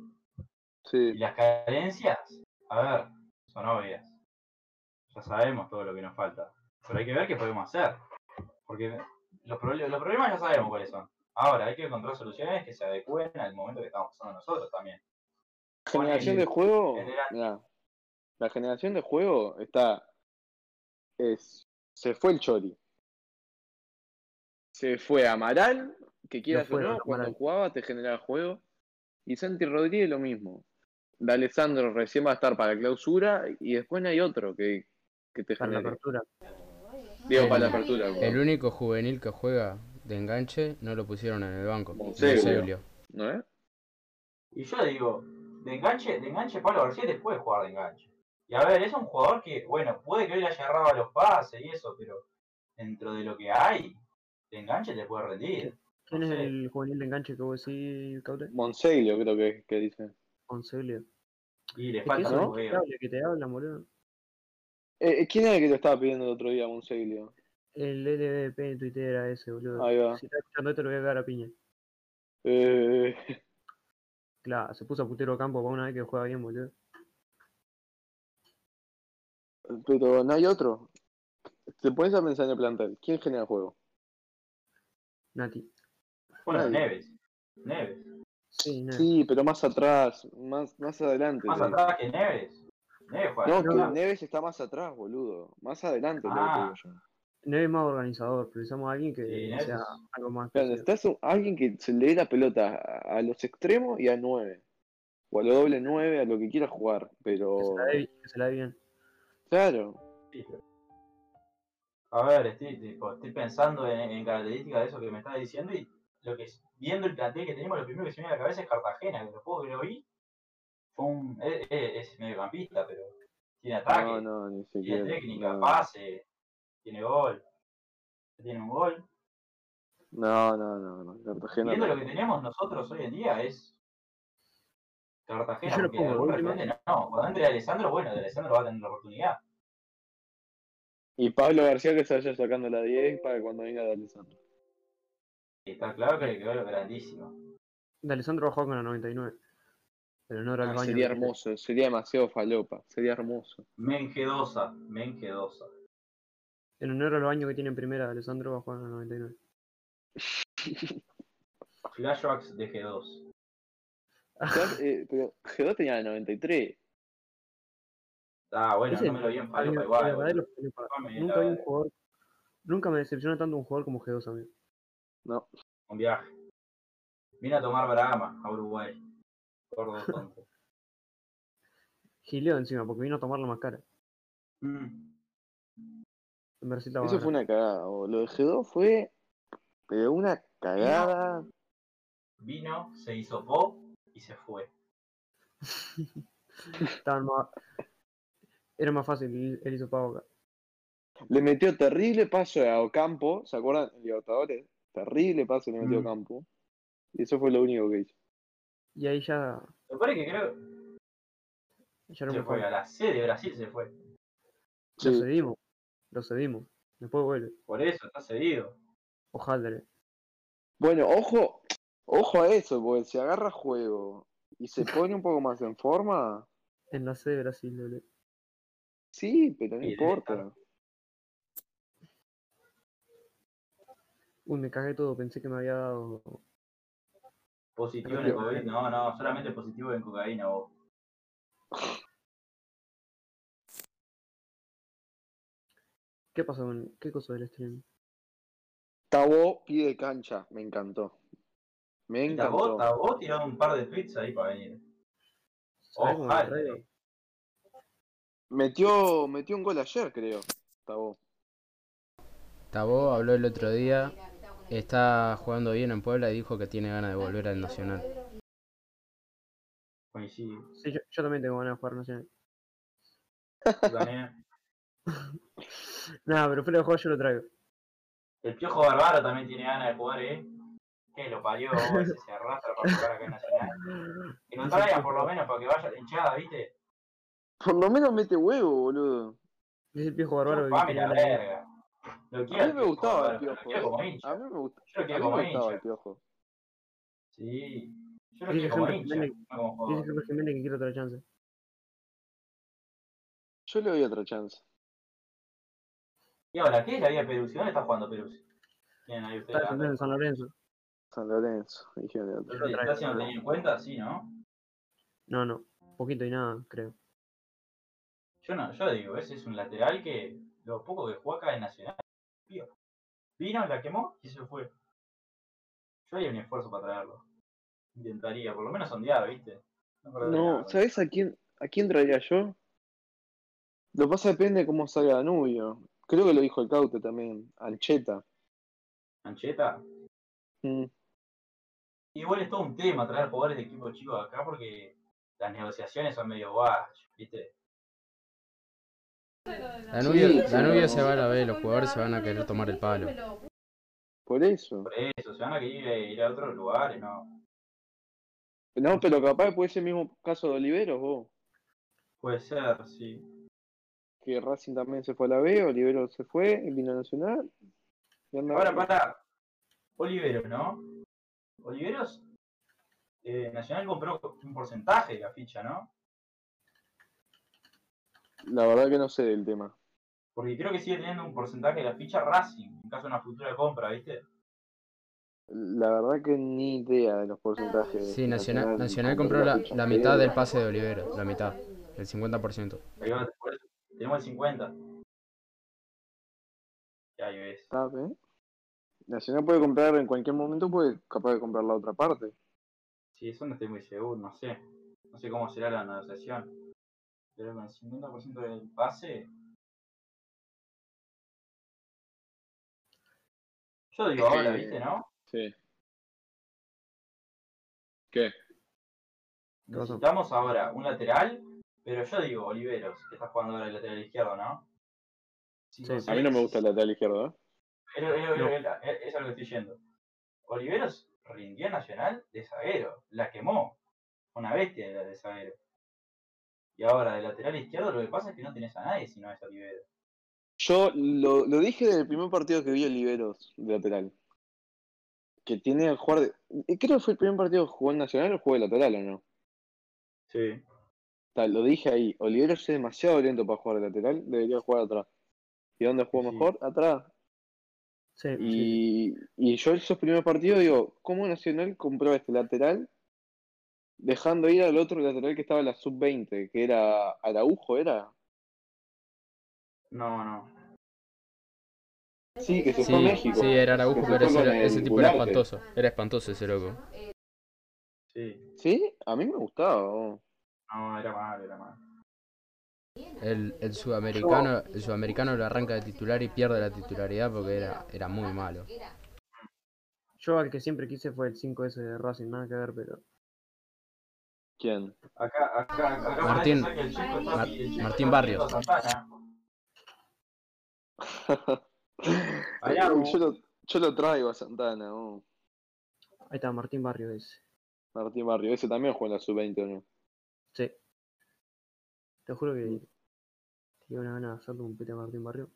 Sí,
las carencias, a ver, son obvias. Ya sabemos todo lo que nos falta. Pero hay que ver qué podemos hacer. Porque los, proble- los problemas ya sabemos cuáles son. Ahora, hay que encontrar soluciones que se adecúen al momento que estamos pasando nosotros también.
generación de juego. mirá, la generación de juego está. Es, se fue el Chori. Se fue Amaral, que quieras
fue,
o no,
Amaral.
cuando jugaba te generaba juego. Y Santi Rodríguez lo mismo. De Alessandro recién va a estar para la clausura y después no hay otro que, que te
Para la
genere.
apertura.
Digo, para la
El-
apertura.
El
como-
único juvenil que juega de enganche no lo pusieron en el banco.
Monseglio.
Monseglio.
¿No es?
Y yo digo, de enganche, de enganche Pablo García te puede jugar de enganche. Y a ver, es un jugador que, bueno, puede que hoy le haya agarrado los pases y eso, pero dentro de lo que hay, de enganche te puede rendir.
¿Quién es
Sí.
el juvenil de enganche que vos decís, Caute?
Monseglio creo que, que dice.
Conceglio.
Y le
Es que
falta
eso
¿no?
no?
un
que te
huevo.
habla, que te hablan, boludo.
Eh, eh, ¿Quién era el que lo estaba pidiendo el otro día, Monseglio?
El LVP en Twitter era ese, boludo.
Ahí va.
Si estás escuchando esto, lo voy a cagar a piña.
Eh,
Claro, se puso putero campo para una vez que juega bien, boludo.
pero no hay otro. Te pones a pensar en el plantel. ¿Quién genera juego?
Nati.
Bueno,
Nadie.
Neves. Neves.
Sí, nada.
Sí, pero más atrás, más, más adelante.
Más
te digo.
atrás que Neves. Neves juega.
No, que
No.
Neves está más atrás, boludo. Más adelante. es lo que
Ah.
te digo yo.
Neves más organizador, precisamos a alguien que
Sí, Neves
sea
es-
algo más.
Claro,
que
necesitas un- alguien que se le dé la pelota a, a los extremos y a 9. O a lo doble 9, a lo que quiera jugar. Pero.
se la dé- que se la dé bien.
Claro.
Sí, pero- A ver, estoy, tipo, estoy pensando en, en características de eso que me estás diciendo y lo que viendo el plantel que tenemos, lo primero que se me viene a la cabeza es Cartagena, que lo puedo que lo vi. Fue un, es, es, es mediocampista, pero tiene ataque,
No, no, ni
tiene
siquiera.
técnica,
no.
pase, tiene gol, tiene un gol.
No, no, no, no. Cartagena.
Viendo
no.
lo que tenemos nosotros hoy en día es Cartagena,
Yo lo
porque
pongo
algún
último.
referente no. Cuando entre Alessandro, bueno, de Alessandro va a tener la oportunidad.
Y Pablo García que se vaya sacando la 10 para cuando venga de Alessandro.
Y Está claro que le quedó lo grandísimo.
De Alessandro bajó con la 99. Pero no era el
Ah,
baño.
sería hermoso, sería demasiado falopa, sería hermoso.
Mengedosa, Mengedosa.
En honor al baño que tiene en primera, Alessandro bajó en la 99.
Flashbacks de G2.
Gerard, eh, pero G2 tenía la 93.
Ah, bueno,
Ese-
no me lo vi en Falopa
Amigo,
igual.
la verdad,
boludo.
los falopa.
Dame
Nunca vi un
la-
jugador. Nunca me decepciona tanto un jugador como G2 a mí.
Un viaje. Vine a tomar Brahma a Uruguay. Gordo tonto.
Gileó encima, porque vino a tomar la más cara.
Mm.
En Brasil la
Eso fue una cagada, boludo. Lo de G2 fue. Pero una cagada.
Vino, se hizo pop y se fue.
Estaban más- Era más fácil, él hizo pavo acá.
Le metió terrible paso a Ocampo, ¿se acuerdan? En Libertadores. Terrible paso le metió a
Mm.
Ocampo. Y eso fue lo único que hizo.
Y ahí ya,
Lo peor es que creo que
ya lo
se fue a la sede de Brasil, se fue.
Lo
Sí.
cedimos. Lo cedimos. Después vuelve.
Por eso está cedido.
Ojalá.
Bueno, ojo, ojo a eso, porque si agarra juego y se pone un poco más en forma,
En la C de Brasil, dale.
sí, pero no
Sí,
importa.
Uy, me cagué todo, pensé que me había dado.
Positivo en
Pero-
el COVID. No, no, solamente positivo en cocaína vos.
¿Qué pasó con. ¿Qué cosa del stream?
Tabó pide cancha, me encantó. Me
Y Tabó,
encantó.
Tabó tiró un par de tweets ahí para venir.
¿Sabés cómo me
Ojalá.
traigo?
Metió, metió un gol ayer, creo. Tabó.
Tabó habló el otro día, está jugando bien en Puebla y dijo que tiene ganas de volver al Nacional.
Coincido.
Sí, yo, yo también tengo ganas de jugar Nacional.
Gané.
Nada, pero fuera de juego yo lo traigo.
El Piojo Barbaro también tiene ganas de jugar, ¿eh? Que lo parió, vos, ese se arrastra para jugar acá en Nacional. Que lo traigan por lo menos para que vaya la hinchada, ¿viste?
Por lo menos mete huevo, boludo.
Dice el viejo bárbaro que
Pame
quería
la
hablar de-
verga. Lo
A
quiero.
mí me
al
gustaba el
Bárbaro, Lo
piojo.
quiero como
eh.
hincha.
A mí me gustaba,
Yo lo
a
quiero
mí
como
me gustaba el
hincha.
piojo.
Sí. Yo lo
Dice
quiero como
siempre
hincha.
Jiménez-
no como
Dice
jugador.
Carlos Jiménez que quiere otra chance.
Yo le doy otra chance.
Y ahora, ¿qué es la vida de Peruzzi? ¿Dónde está jugando Peruzzi? Tienen ahí
Está
ustedes. la-
defendiendo en San Lorenzo.
San Lorenzo, dije de otra.
¿Está siendo tenido en cuenta? Sí, ¿no?
No, no. Poquito y nada, creo.
Yo no, yo digo, ese es un lateral que lo poco que juega acá en Nacional, tío. Vino, la quemó y se fue. Yo haría un esfuerzo para traerlo. Intentaría, por lo menos sondear, ¿viste? No, perder
No,
nada.
¿sabes a quién, a quién traía yo? Lo que pasa depende de cómo salga Danubio. Creo que lo dijo el Caute también. Ancheta.
Ancheta.
Mm.
Igual es todo un tema traer jugadores de equipos chicos acá porque las negociaciones son medio guayas, ¿viste?
Danubio,
Sí, sí,
Danubio
no.
se va a la B, los jugadores se van a querer tomar el palo.
Por eso.
Por eso, se van a querer ir a otros lugares, ¿no?
No, pero capaz puede ser el mismo caso de Oliveros, vos.
Puede ser, sí.
Que Racing también se fue a la B, Oliveros se fue, vino a Nacional. y anda-
Ahora para Oliveros, ¿no? Oliveros, eh, Nacional compró un porcentaje de la ficha, ¿no?
La verdad que no sé del tema.
Porque creo que sigue teniendo un porcentaje de la ficha Racing, en caso de una futura compra, ¿viste?
La verdad que ni idea de los porcentajes.
Sí,
de
Nacional, Nacional compró la, la mitad del pase de Olivero, la mitad, el 50%.
Ahí va, por eso, Tenemos el 50. Y ahí ves.
Ah, ¿eh? Nacional puede comprar en cualquier momento, puede capaz de comprar la otra parte.
Sí, eso no estoy muy seguro, no sé. No sé cómo será la negociación. Pero con el 50% del pase, Yo digo
Sí.
ahora, ¿viste, no?
Sí. ¿Qué?
¿Qué pasó?
Necesitamos ahora un lateral, pero yo digo Oliveros, que está jugando ahora el lateral izquierdo, ¿no? Si
Sí.
A mí no me gusta el lateral izquierdo, ¿eh?
Es, es- es-
No.
es- es a lo que estoy yendo. Oliveros rindió a Nacional de zaguero, la quemó. Una bestia de la de zaguero. Y ahora, de lateral izquierdo, lo que pasa es que no tenés a nadie si no es Oliveros.
Yo lo, lo dije desde el primer partido que vi Oliveros de lateral. Que tiene a jugar. de- eh, Creo que fue el primer partido que jugó en Nacional o jugó de lateral o no.
Sí.
Ta, lo dije ahí. Oliveros es demasiado lento para jugar de lateral. Debería jugar atrás. ¿Y dónde jugó
Sí.
mejor? Atrás.
Sí, sí.
Y, y yo esos primeros partidos digo, ¿cómo Nacional compró este lateral? Dejando ir al otro lateral que estaba en la sub-20, que era Araujo, ¿era?
No, no.
Sí, que se
Sí,
fue a México.
sí, eh. era Araujo,
Se fue
pero ese,
con
era-
el
ese tipo era
Gularte.
espantoso. Era espantoso ese loco.
Sí.
Sí, a mí me gustaba. oh.
No, era malo, era malo.
El, el sudamericano, el sudamericano lo arranca de titular y pierde la titularidad porque era, era muy malo.
Yo al que siempre quise fue el 5S de Racing, nada que ver, pero.
¿Quién?
Acá, acá, acá
Martín-
parece que el chico está-
Mar-
el chico
Martín
está
Barrios.
haciendo Santana. Araujo.
yo, lo, yo lo traigo a Santana. oh.
Ahí está, Martín Barrio ese.
Martín Barrio, ese también juega en la sub-20 o no.
Sí. Te juro
Mm.
que. Tenía una gana de hacerle un pete a Martín Barrio.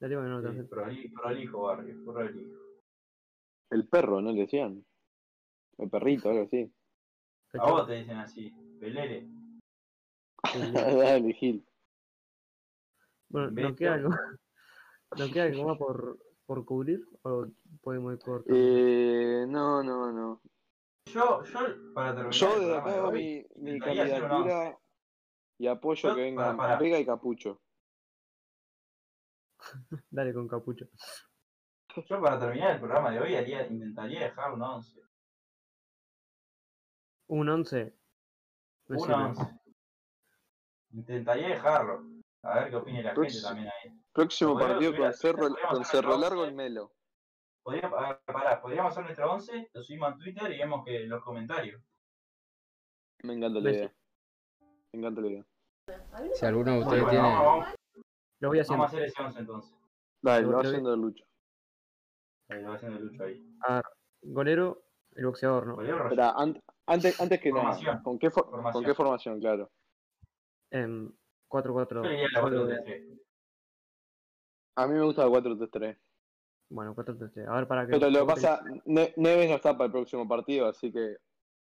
La tengo que no lo
Sí,
traje.
proli- prolijo, Barrios, prolijo.
El perro, ¿no le decían? El perrito, algo así.
A vos te dicen así, pelele.
Dale, Gil.
Bueno, ¿nos
Beto.
queda algo? ¿Nos queda algo más por, por cubrir? ¿O podemos ir cortando?
Eh, no, no, no.
Yo, yo, para terminar.
Yo
el
desde
programa
acá
de
hago
hoy,
mi, mi
Debería ser un
candidatura y apoyo
Yo-
que
pará,
vengan
pará.
Vega y Capucho.
Dale con capucho.
Yo para terminar el programa de hoy haría, intentaría dejar un 11.
Un 11. Me
Un
sirve.
11. Intentaría dejarlo. A ver qué opine la gente
Próximo.
también ahí.
Próximo
Bueno,
partido
mira,
con Cerro,
podemos
con
hacer
Cerro
once.
Largo y Melo.
Podríamos, a ver, pará, podríamos hacer nuestro 11, lo subimos a Twitter y vemos que los comentarios.
Me encanta la
Messi.
idea. Me encanta la idea.
Si alguno de
Bueno,
ustedes
bueno,
tiene,
vamos,
Lo voy
vamos
haciendo.
a hacer ese 11 entonces.
Dale,
Lo-
lo va
lo-
haciendo Lucho.
Ahí lo va haciendo Lucho ahí.
Golero, el boxeador, ¿no?
Volvió, Roger.
Espera, an- antes, antes que
Formación.
nada, ¿con qué, for- ¿con
Formación.
qué formación? Claro.
Em,
Yo le diría la 4
4-4.
de 3.
A mí me gusta el 4-3-3.
Bueno, 4-3. A ver, para que.
Pero lo que pasa, Ne- Neves no está para el próximo partido, así que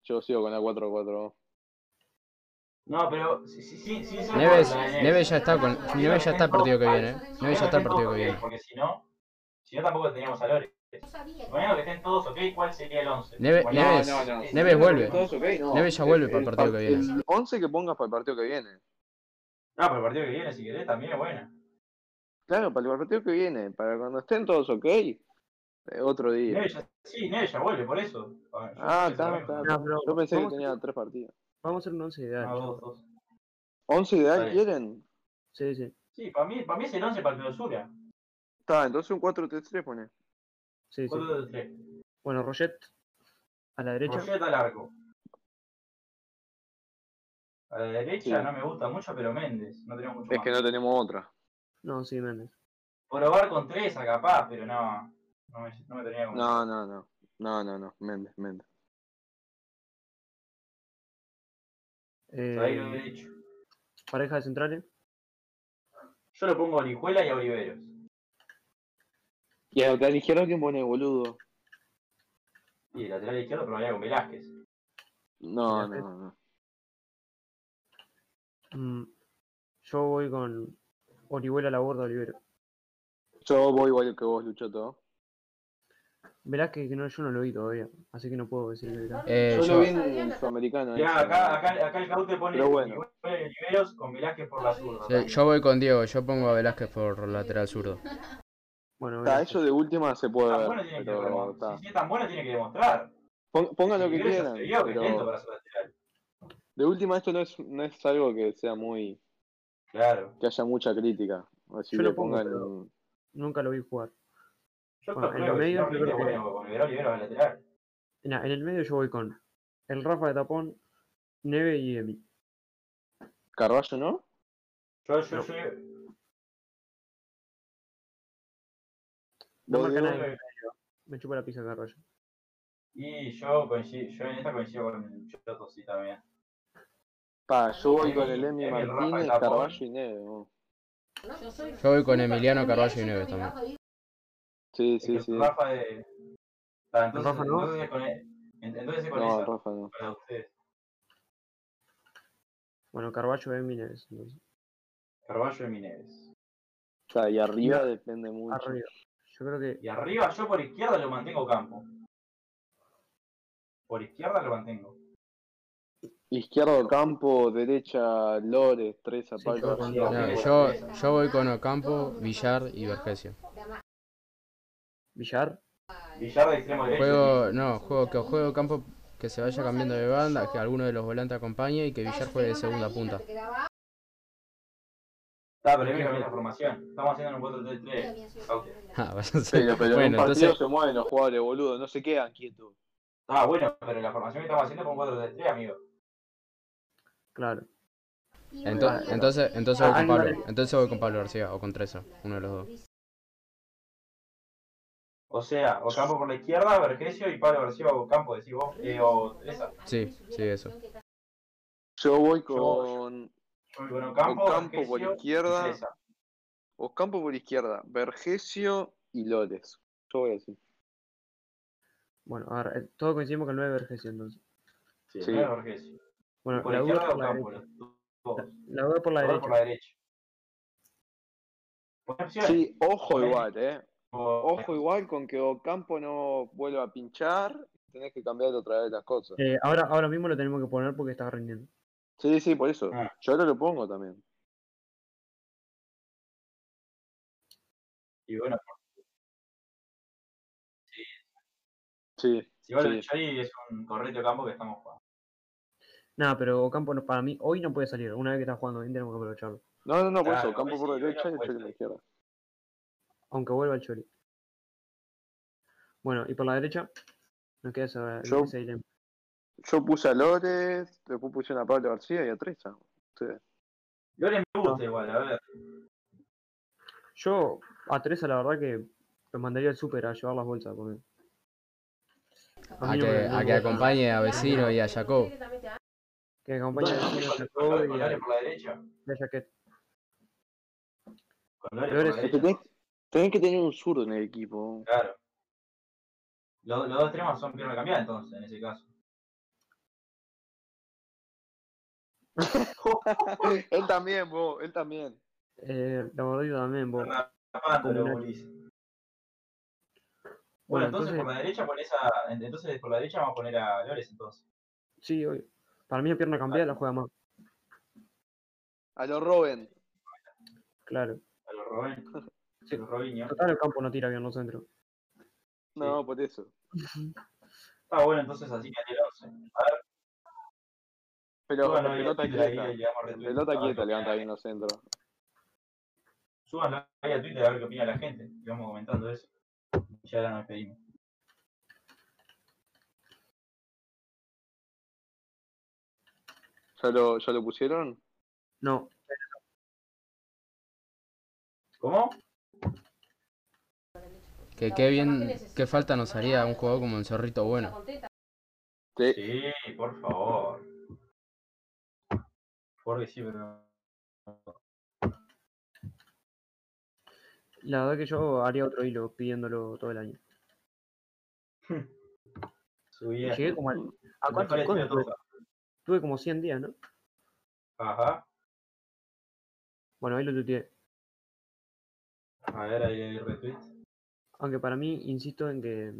yo sigo con la 4-4.
No, pero sí, sí, sí, sí, sí,
Neves,
la de
Neves ya está con, Neves ya está el partido que viene. eh. Neves ya está el
Porque-
partido que viene.
Porque si no, si no tampoco teníamos a Lore. Suponiendo que estén todos ok, ¿cuál sería el 11?
Neve-
Bueno,
Neves,
no, no, no.
Neves vuelve.
No.
Neves ya vuelve para el partido que
par-
viene.
El 11 que pongas para el partido que viene.
No, pero el partido que viene, si querés, también es buena.
Claro, para el partido que viene. Para cuando estén todos ok, eh, otro día.
Neves ya, sí, Neves ya vuelve, por eso. A ver, yo
Ah,
pensé lo
está,
mismo.
está.
No, pero
Yo pensé que
vamos a-
tenía tres partidos.
Vamos a hacer un 11 ideal.
No, dos, dos.
11 ideal
Dale.
quieren.
Sí, sí.
Sí, para mí, para mí es el 11 para el clausura.
Está, entonces un 4-3-3 pone.
sí, sí.
4 de 3.
Bueno, Roget a la derecha.
Roget al arco. A la derecha
Sí.
no me gusta mucho, pero Méndez. No tenemos mucho
Es
más.
que no tenemos otra.
No, sí, Méndez.
Probar con 3 capaz, pero no. No me, no me tenía como.
No, no, no. No, no, no. Méndez, Méndez.
Zagueiro
Eh,
derecho.
pareja de centrales.
Yo lo pongo a Orihuela y a Oliveros.
¿Y a lateral izquierdo quién pone, boludo?
Y el lateral izquierdo probaría con Velázquez.
No,
Sí,
eh.
no, no. no.
Mm, yo voy con Orihuela, la borda, Olivero.
Yo voy igual que vos, Lucho, todo.
Verás que, que no, yo no lo vi todavía, así que no puedo decir que era.
Eh,
Yo lo
yo-
vi en Sudamericano. eh.
Mirá, acá, acá, acá el caute pone
Pero bueno.
Orihuela y Oliveros con Velázquez por la zurda.
sí, eh, yo voy con Diego, yo pongo a Velázquez por lateral zurdo.
Bueno,
Está,
Velázquez.
eso de última se puede
Tan
ver.
Ah, bueno tiene que
pero
demostrar.
está.
Si es tan bueno tiene que demostrar.
Pon- Pongan lo que
Oliveros ya
quieran.
Se vio que es lento
pero
para su lateral.
de última, esto no es, no es algo que sea muy.
Claro.
que haya mucha crítica. Así
Yo
que
lo pongo,
pongan.
pero- Nunca lo vi jugar. Bueno, en el medio yo creo que-
Con Olivera, Olivera va al lateral.
en en el medio yo voy con el Rafa de tapón, Neve y Emi.
Carballo, ¿no?
Yo, yo,
No.
yo.
No
Vos,
marca
Diego,
nadie. Me chupa la pizza Carballo.
Y yo coincido, yo en esta coincido con el Choto, sí, también.
Pa, yo voy con el Emi
Emi, Rafa,
Martínez,
Tapón.
Carballo y Neve. vos.
Yo voy con Emiliano Carballo y Neves también.
Sí,
Y
sí,
con
sí.
Rafa de. Ah, entonces,
Rafa no?
entonces con, e- en- entonces con
No,
esa,
Rafa no.
para ustedes.
Bueno, Carballo, Emi, Neves. entonces.
Carballo y Mineves.
O sea, y arriba depende mucho.
Arriba. Yo creo que
Y arriba yo por izquierda lo mantengo campo. Por izquierda lo mantengo.
Izquierdo campo, derecha Lores, tres
yo
Zapallo.
con-
García.
No, yo, yo voy con Ocampo, Villar y Vergesio.
Villar.
Villar de extremo derecho.
Juego, no, juego que juego campo que se vaya cambiando de banda, que alguno de los volantes acompañe y que Villar juegue de segunda punta.
Está, pero hay que cambiar la formación. Estamos haciendo un 4-3-3.
Ah, vas a hacer-
Pero, pero en
Bueno,
un partido
entonces
se mueven los jugadores, boludo, no se quedan quietos.
Ah, bueno, pero la formación que estamos haciendo es un 4-3-3, amigo.
Claro.
Ento- entonces, entonces voy con Pablo, entonces voy con Pablo García o con Treza, uno de los dos.
O sea, Ocampo por la izquierda, Vergesio y Pablo García o Ocampo, decís vos. Eh, o Teresa.
Sí, sí, eso.
Yo voy
Yo-
con
Yo voy con Ocampo,
Ocampo por
Vergesio y
izquierda,
Teresa.
Ocampo por izquierda, Vergesio y Lores. Yo voy así.
Bueno, a ver, eh, todos coincidimos con el 9 de Vergesio, entonces.
Sí,
Sí.
no es Vergesio.
Bueno,
Por
la duda
izquierda
por la
Ocampo.
derecha.
los dos.
La duda por la
Todos por la
derecha.
derecha. Buena opción.
Sí, ojo igual, eh.
O-
Ojo igual con que Ocampo no vuelva a pinchar, tenés que cambiar otra vez las cosas.
Eh, ahora, ahora mismo lo tenemos que poner porque está rindiendo.
Sí, sí, por eso.
Ah.
Yo ahora lo pongo también.
Y bueno,
Sí.
si vale
Sí.
el Chori es un correcto campo que estamos jugando.
Nada, pero Ocampo no- para mí hoy no puede salir. Una vez que está jugando bien tenemos que aprovecharlo.
No, no, no, por
Claro,
eso. Campo
pues
por
sí,
derecha
era
y yo por
apuesta.
la izquierda.
Aunque vuelva el Chori. Bueno, y por la derecha nos queda esa-
Yo-
ese dilema.
Yo puse a Lores, después pusieron a Pablo García y a Treza.
Lore me gusta igual, a ver.
Yo a Teresa la verdad que lo mandaría al súper a llevar las bolsas. Porque...
A
mí no
que,
me- no
a
me
que
gusta.
acompañe a Vecino y a Jacob.
Que acompañe al
Con-
Chori, a
con- con
Jacob
Lore
y a-
por la derecha.
y a Jaquet.
Con Lore
Lore
por la
es-
Es que
derecha.
tenés, tenés que tener un zurdo en el equipo.
Claro. Los, los dos extremos son pierna cambiada entonces, en ese caso.
él también, vos, él también.
Eh, la gordita también, vos.
Fernando, Fernando,
Combinado.
Bolis.
Bueno,
Bueno, entonces por
entonces-
la derecha pones a. en- Entonces por la derecha vamos a poner a Lores entonces.
Sí, obvio. Para mí la pierna cambiada la juega más.
A los Robben.
Claro.
A los Robén.
Sí.
A los Robinho.
Total, el campo no tira bien los centros.
No, por eso.
Está bueno entonces así que el 11. A ver,
Pero
Bueno,
con
y-
pelota
y ahí
quieta.
le damos Ah,
Con
retweet.
pelota
A ver
quieta
qué
levanta
opina.
bien los centros.
Súbanlo ahí a Twitter a ver qué opina la gente. Y vamos comentando eso. Y ya ahora nos despedimos.
¿Ya lo, ya lo pusieron?
No,
¿Cómo?
Que qué bien, qué falta nos haría un jugador como el Zorrito Bueno.
Sí.
Sí, por favor. Porque sí, pero.
La verdad que yo haría otro hilo pidiéndolo todo el año.
Subía.
Llegué como al... ¿A cuánto?
Mejor
cuánto
estilo
tuve?
toca.
Tuve como 100 días, ¿no?
Ajá.
Bueno, ahí lo tuteé.
A ver, ahí hay retweet.
Aunque para mí, insisto en que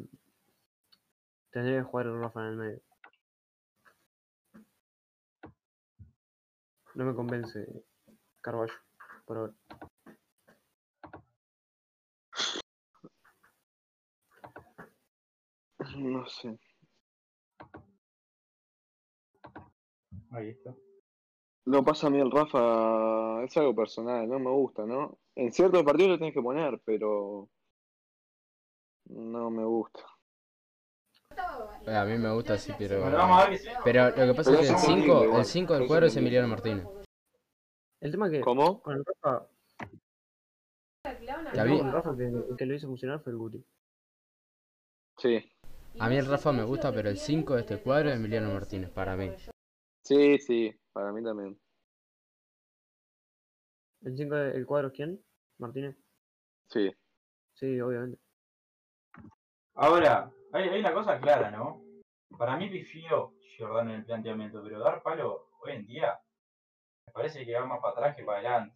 tendría que jugar el Rafa en el medio. No me convence Carballo, por ahora.
No sé.
Ahí está.
Lo pasa a mí el Rafa, es algo personal, no me gusta, ¿no? En ciertos partidos lo tenés que poner, pero No me gusta.
A mí me gusta así, pero.
Bueno, vamos a ver que sí.
Pero lo que pasa
Pero
es que el
somos
5
libres.
el cinco del cuadro es Emiliano Martínez.
El tema es que
¿Cómo?
con el Rafa, el
La
tema
vi-
con el Rafa que, el que lo hizo funcionar fue el Guti.
Sí.
A mí el Rafa me gusta, pero el 5 de este cuadro es Emiliano Martínez, para mí.
Sí, sí. Para mí también.
El 5 del cuadro, ¿quién? Martínez.
Sí.
Sí, obviamente.
Ahora, hay, hay una cosa clara, ¿no? Para mí pifió Giordano en el planteamiento, pero dar palo hoy en día me parece que va más para atrás que para adelante.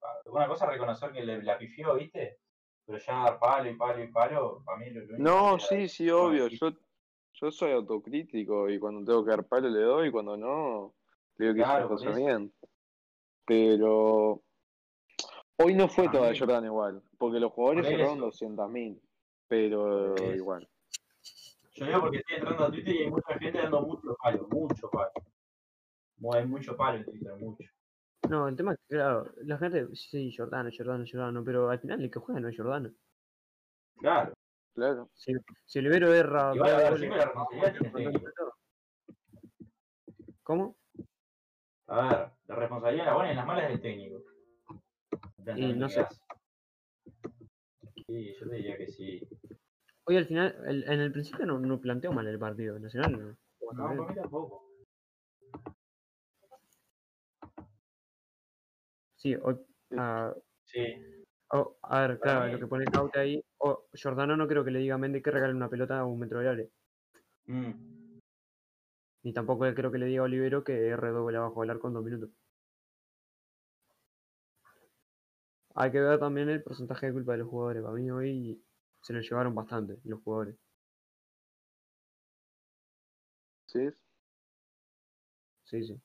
Pa- Una cosa es reconocer que le- la pifió, ¿viste? Pero ya dar palo y palo y palo, para mí lo lo único
No,
que era-
sí, sí, obvio. Yo, yo soy autocrítico y cuando tengo que dar palo le doy, y cuando no, le digo que hice
Claro,
las
por
cosas
eso.
bien. Pero hoy no fue
A
toda
mí-
de Jordan igual, porque los jugadores
Por
cerraron
eso.
200.000, pero
Por eso.
igual.
Yo digo porque estoy entrando a Twitter y hay mucha gente dando mucho palo, mucho palo. Mu- Hay mucho palo en Twitter, mucho.
No, el tema es que, claro, la gente, sí, Jordano, Jordano, Jordano, pero al final el que juega no es Jordano.
Claro.
Claro.
Si, si Olivero erra.
Y
dos
bueno, a ver,
goles,
siempre la responsabilidad tiene el técnico.
¿Cómo?
A ver, la responsabilidad en las buenas y en las malas es del técnico.
Y no
¿Qué
sé.
hace? Sí, yo te diría que sí.
Hoy al final, el- en el principio no, no planteó mal el partido nacional. No, jugó tan
No, para
bien.
mí tampoco.
Sí, hoy, ah,
Sí.
o- a ver,
Para
claro,
mí-
lo que pone Caute ahí. o Jordano no creo que le diga a Méndez que regale una pelota a un metro del área.
Mm.
Ni tampoco creo que le diga a Olivero que R doble abajo del arco en dos minutos. Hay que ver también el porcentaje de culpa de los jugadores. Para mí hoy se lo llevaron bastante los jugadores.
¿Sí?
Sí, sí.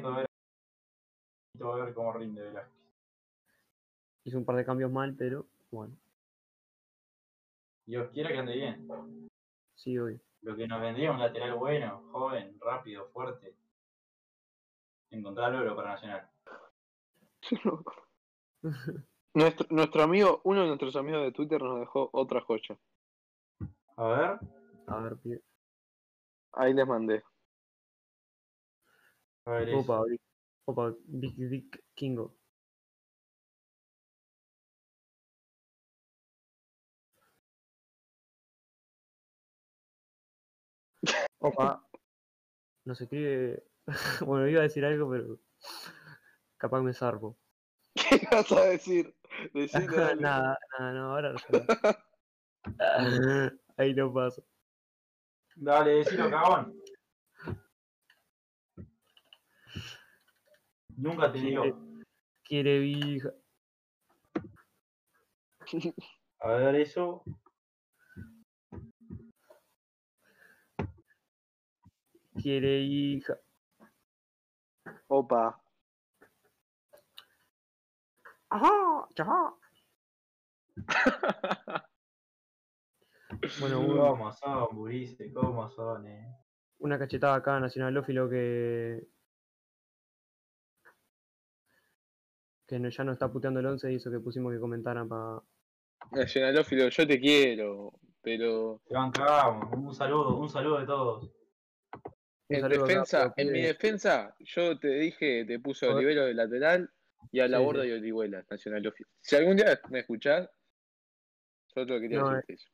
Necesito ver cómo rinde Velázquez.
Hizo un par de cambios mal, pero bueno,
Dios quiera que ande bien.
sí, hoy.
Lo que nos vendría un lateral bueno, joven, rápido, fuerte. Encontrar oro para Nacional.
Nuestro, nuestro amigo, uno de nuestros amigos de Twitter nos dejó otra joya.
A ver.
A ver, pibe.
Ahí les mandé.
A ver eso.
Opa, Vic- opa, Big Dick Kingo. Opa. Nos escribe. bueno, iba a decir algo, pero. Capaz me zarpo.
¿Qué vas a decir? Decilo, dale.
nada, nada, no, ahora no. sé. Ahí no paso.
Dale, decilo, cagón. Nunca te digo.
Quiere vieja.
A ver eso.
Quiere hija.
Opa.
¡Ajá! ¡Chajá! bueno, uno.
¿Cómo son, Burice? ¿Cómo son, eh?
una cachetada acá a Nacionalófilo que. que no- ya no está puteando el 11 y hizo que pusimos que comentaran para.
Nacionalófilo, yo te quiero, pero
Te bancamos. Un saludo, un saludo de todos.
En defensa, en mi defensa, yo te dije, te puse a
Joder.
Olivero de lateral y a la
Sí,
borda
sí.
y Orihuela, Nacional Ofi- Si algún día me escuchás, yo te lo quería
No, eh.
decir. eso.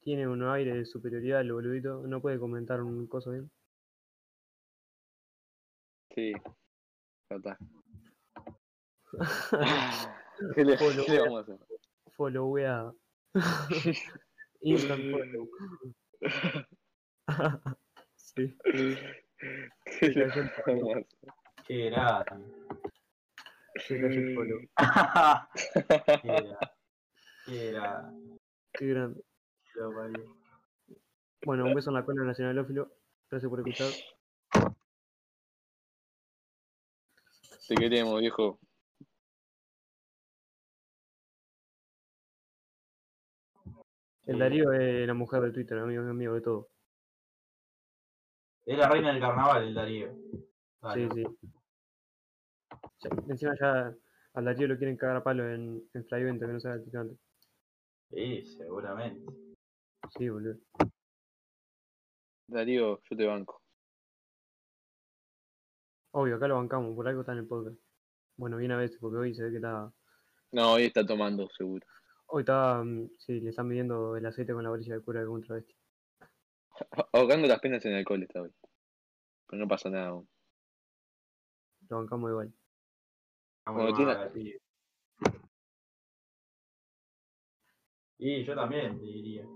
Tiene un aire de superioridad el boludito, no puede comentar un coso bien.
Sí. Ya está. ¿Qué le,
Polo,
qué le vamos a hacer?
Follow a. Instant follow. sí,
¿Qué
se
le
cayó el follow.
vamos a hacer?
Qué grata.
Se cayó el follow.
Qué grata. Qué grata.
Qué grande.
que lo parió.
Bueno, un beso en la cola Nacionalófilo. Gracias por escuchar.
Te queremos, viejo.
El Darío es la mujer de Twitter, amigo, es amigo de todo.
Es la reina del carnaval, el Darío. Dale.
Sí, sí. Ya- encima ya Al Darío lo quieren cagar a palo en, en Flyvent, que no sea titulante.
Sí, seguramente.
Sí, boludo.
Darío, yo te banco.
Obvio, acá lo bancamos, por algo está en el podcast. Bueno, bien a veces, porque hoy se ve que está.
No, hoy está tomando, seguro.
Hoy está. mm, Sí, le están midiendo el aceite con la varilla de cura de algún travesti.
Ah, Ahogando las penas en alcohol está hoy. Pero no pasa nada aún.
Lo bancamos igual.
Está
Bueno,
muy
tiene-
mal, tío. Y yo también, te diría.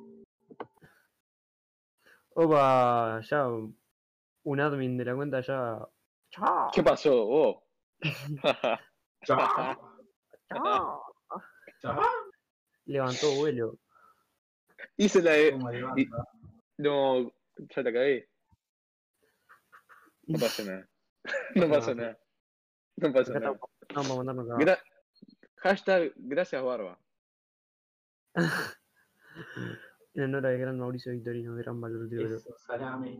Opa, ya. mm, Un admin de la cuenta ya. ¡Chao!
¿Qué pasó? vos?
Chao.
chao.
Chao.
Levantó vuelo.
Hice la de.
¿Cómo levanta?
No, ya la cagué. No pasa nada. No pasa nada. No pasa
Acá
nada.
estamos- Vamos a mandarnos cagadas.
Gra- Hashtag gracias barba.
En honor al gran Mauricio Victorino, gran valor de oro.
Eso, salame.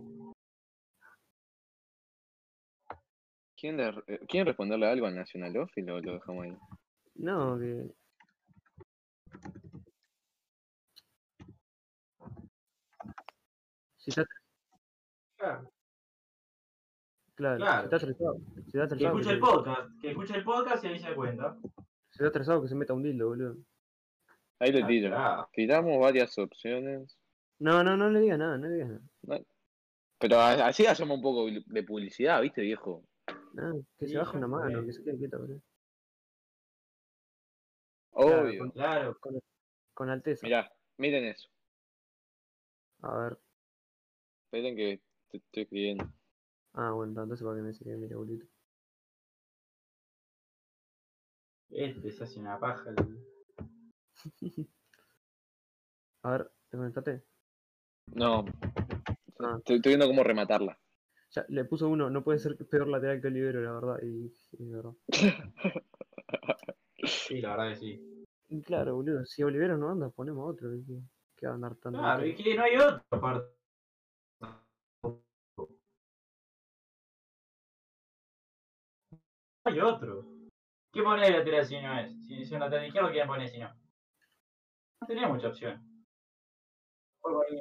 ¿Quieren, le- eh, ¿Quieren responderle algo al Nacional Off y lo, lo dejamos ahí?
No, que. Si está,
Claro.
claro,
Claro.
Si está estresado, si está
Que
estresado, que
escuche el
se,
podcast. Que escuche el podcast y ahí se da cuenta.
si está estresado que se meta un dildo, boludo.
Ahí le
Ah,
tiro.
claro.
Tiramos varias opciones.
No, no, no le digas nada, no le digas nada.
Pero a- así hacemos un poco de publicidad, ¿viste, viejo?
Nada, Ah, que se
Sí,
baje una
ya
mano,
fue.
que se quede quieto, boludo. Claro,
Obvio.
Claro.
Con alteza.
Mirá, miren eso.
A ver.
Esperen que te estoy escribiendo.
Ah, bueno, entonces para que me siga, mira, boludo.
Este se hace una paja. el-
A ver, ¿te conectaste?
No.
Ah.
Estoy, estoy viendo cómo rematarla.
Ya, le puso uno, no puede ser peor lateral que Olivero, la verdad. Y, y la verdad.
Sí, la verdad que sí.
Y claro, boludo, si Oliveros no anda, ponemos otro. ¿Qué, qué va a andar tanto?
Claro, y que no hay otro aparte. No hay otro. ¿Qué poner de lateral si no es? Si es un lateral izquierdo, ¿qué poner si no? No tenía mucha opción. Por ahí,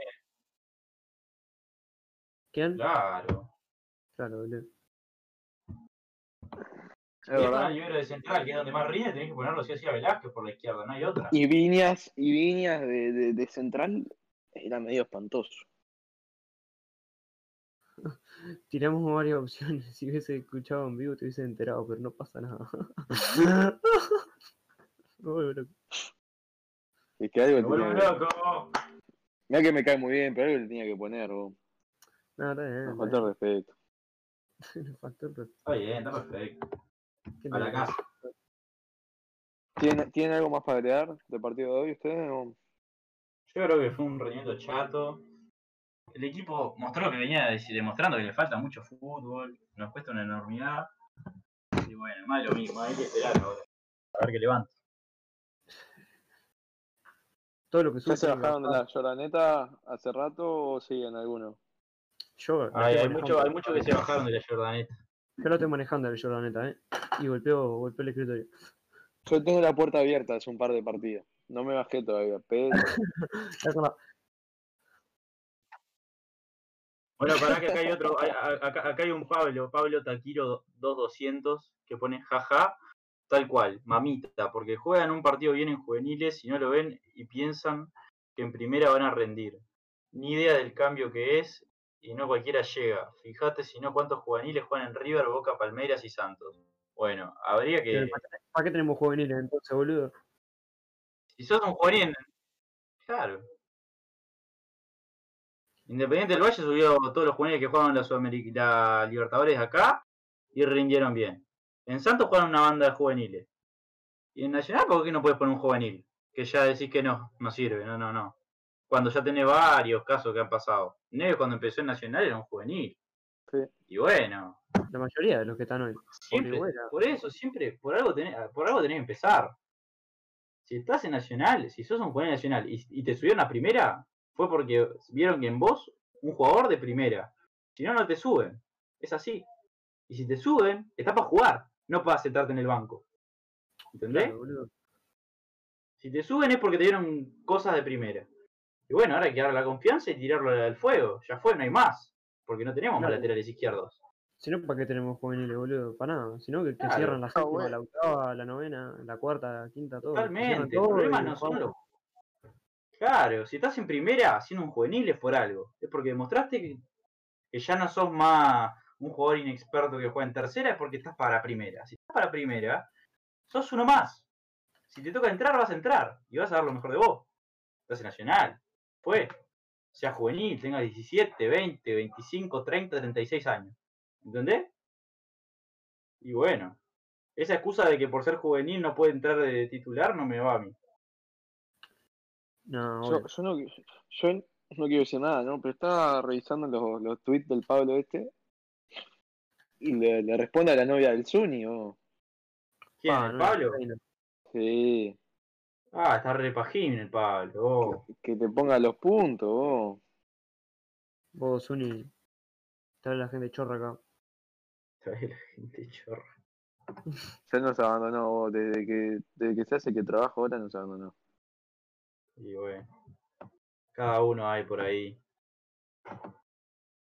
¿Quién?
Claro.
Claro, boludo.
Es
Y está
verdad.
el libro de central, que es donde más ríe, tenés que ponerlo si o sí a Velázquez por la izquierda, no hay otra.
Y Viñas, y Viñas de, de- de Central era medio espantoso.
Tiramos varias opciones. Si hubiese escuchado en vivo, te hubiese enterado, pero no pasa nada. Me vuelvo loco.
Es que algo
¡Me
le
vuelvo
tenía-
loco!
Mirá que me cae muy bien, pero algo le tenía que poner, vos.
no, está bien.
Nos
está
falta
bien.
respeto.
Nos faltó el respeto.
Está bien, está perfecto.
¿Qué
A la
tal?
casa.
¿Tienen, tienen algo más para agregar del partido de hoy ustedes? o?
Yo creo que fue un rendimiento chato. El equipo mostró que venía des- demostrando que le falta mucho fútbol, nos cuesta una enormidad. Y bueno, más de lo mismo, hay que esperar ahora. A ver qué levanta.
Todo lo que
¿Ya
sube.
se
tiene que
bajaron de
bajar.
la lloraneta hace rato o siguen algunos?
Yo, la estoy
Hay, hay
manejando.
mucho, hay mucho que se bajaron de la Jordaneta.
Yo lo estoy manejando el Jordaneta, ¿eh? Y golpeó, golpeó el escritorio.
Yo tengo la puerta abierta hace un par de partidos. No me bajé todavía, pero
Está con la-
Bueno, pará que acá hay otro, hay- a- acá, acá hay un Pablo, Pablo Taquiro 2200, que pone jaja, tal cual, mamita, porque juegan un partido bien en juveniles y no lo ven y piensan que en primera van a rendir. Ni idea del cambio que es y no cualquiera llega. Fíjate si no cuántos juveniles juegan en River, Boca, Palmeiras y Santos. Bueno, habría que...
¿Para qué tenemos juveniles entonces, boludo?
Si sos un juvenil... Claro. Independiente del Valle subió todos los juveniles que jugaban la, Sudameric- la Libertadores acá y rindieron bien. En Santos jugaron una banda de juveniles. Y en Nacional, ¿por qué no puedes poner un juvenil? Que ya decís que no, no sirve, no, no, no. Cuando ya tenés varios casos que han pasado. Neves cuando empezó en Nacional era un juvenil.
Sí.
Y bueno,
La mayoría de los que están hoy.
Siempre,
Orihuela.
por eso, siempre, por algo, tenés, ah, por algo tenés que empezar. Si estás en Nacional, si sos un jugador en nacional y, y te subieron a primera, fue porque vieron que en vos un jugador de primera. Si no, no te suben. Es así. Y si te suben, está para jugar, no para sentarte en el banco. ¿Entendés?
Claro, boludo.
Si te suben es porque te dieron cosas de primera. Y bueno, ahora hay que darle la confianza y tirarlo al fuego. Ya fue, no hay más. Porque no tenemos más
Claro.
laterales izquierdos.
Si no, ¿para qué tenemos juveniles, boludo? Para nada. Si no, que, que
Claro.
cierran la
Ah,
séptima,
bueno.
la octava, la novena, la cuarta, la quinta, todo. Cierran
Totalmente.
todo
Los problemas
y
no son
jugamos.
los. Claro, si estás en primera siendo un juvenil es por algo. Es porque demostraste que, que ya no sos más un jugador inexperto que juega en tercera, es porque estás para primera. Si estás para primera, sos uno más. Si te toca entrar, vas a entrar y vas a dar lo mejor de vos. Estás en Nacional. Fue. Sea juvenil, tenga 17, 20, 25, 30, 36 años. ¿Entendés? Y bueno, esa excusa de que por ser juvenil no puede entrar de titular no me va a mí.
No,
Yo,
boludo.
yo no, yo no quiero decir nada, ¿no? Pero estaba revisando los, los tweets del Pablo este y le, le responde a la novia del Zuni, ¿o?
¿Quién?
Pa,
¿El
Ah, no,
Pablo?
ahí no.
Sí,
Ah, está re pajín el Pablo. oh.
que te ponga los puntos, ¿o?
Vos, Uni. Está la gente chorra acá.
Trae la gente chorra.
Ya nos abandonó, vos, desde que, desde que se hace que trabajo ahora nos abandonó.
Y bueno. Cada uno hay por ahí.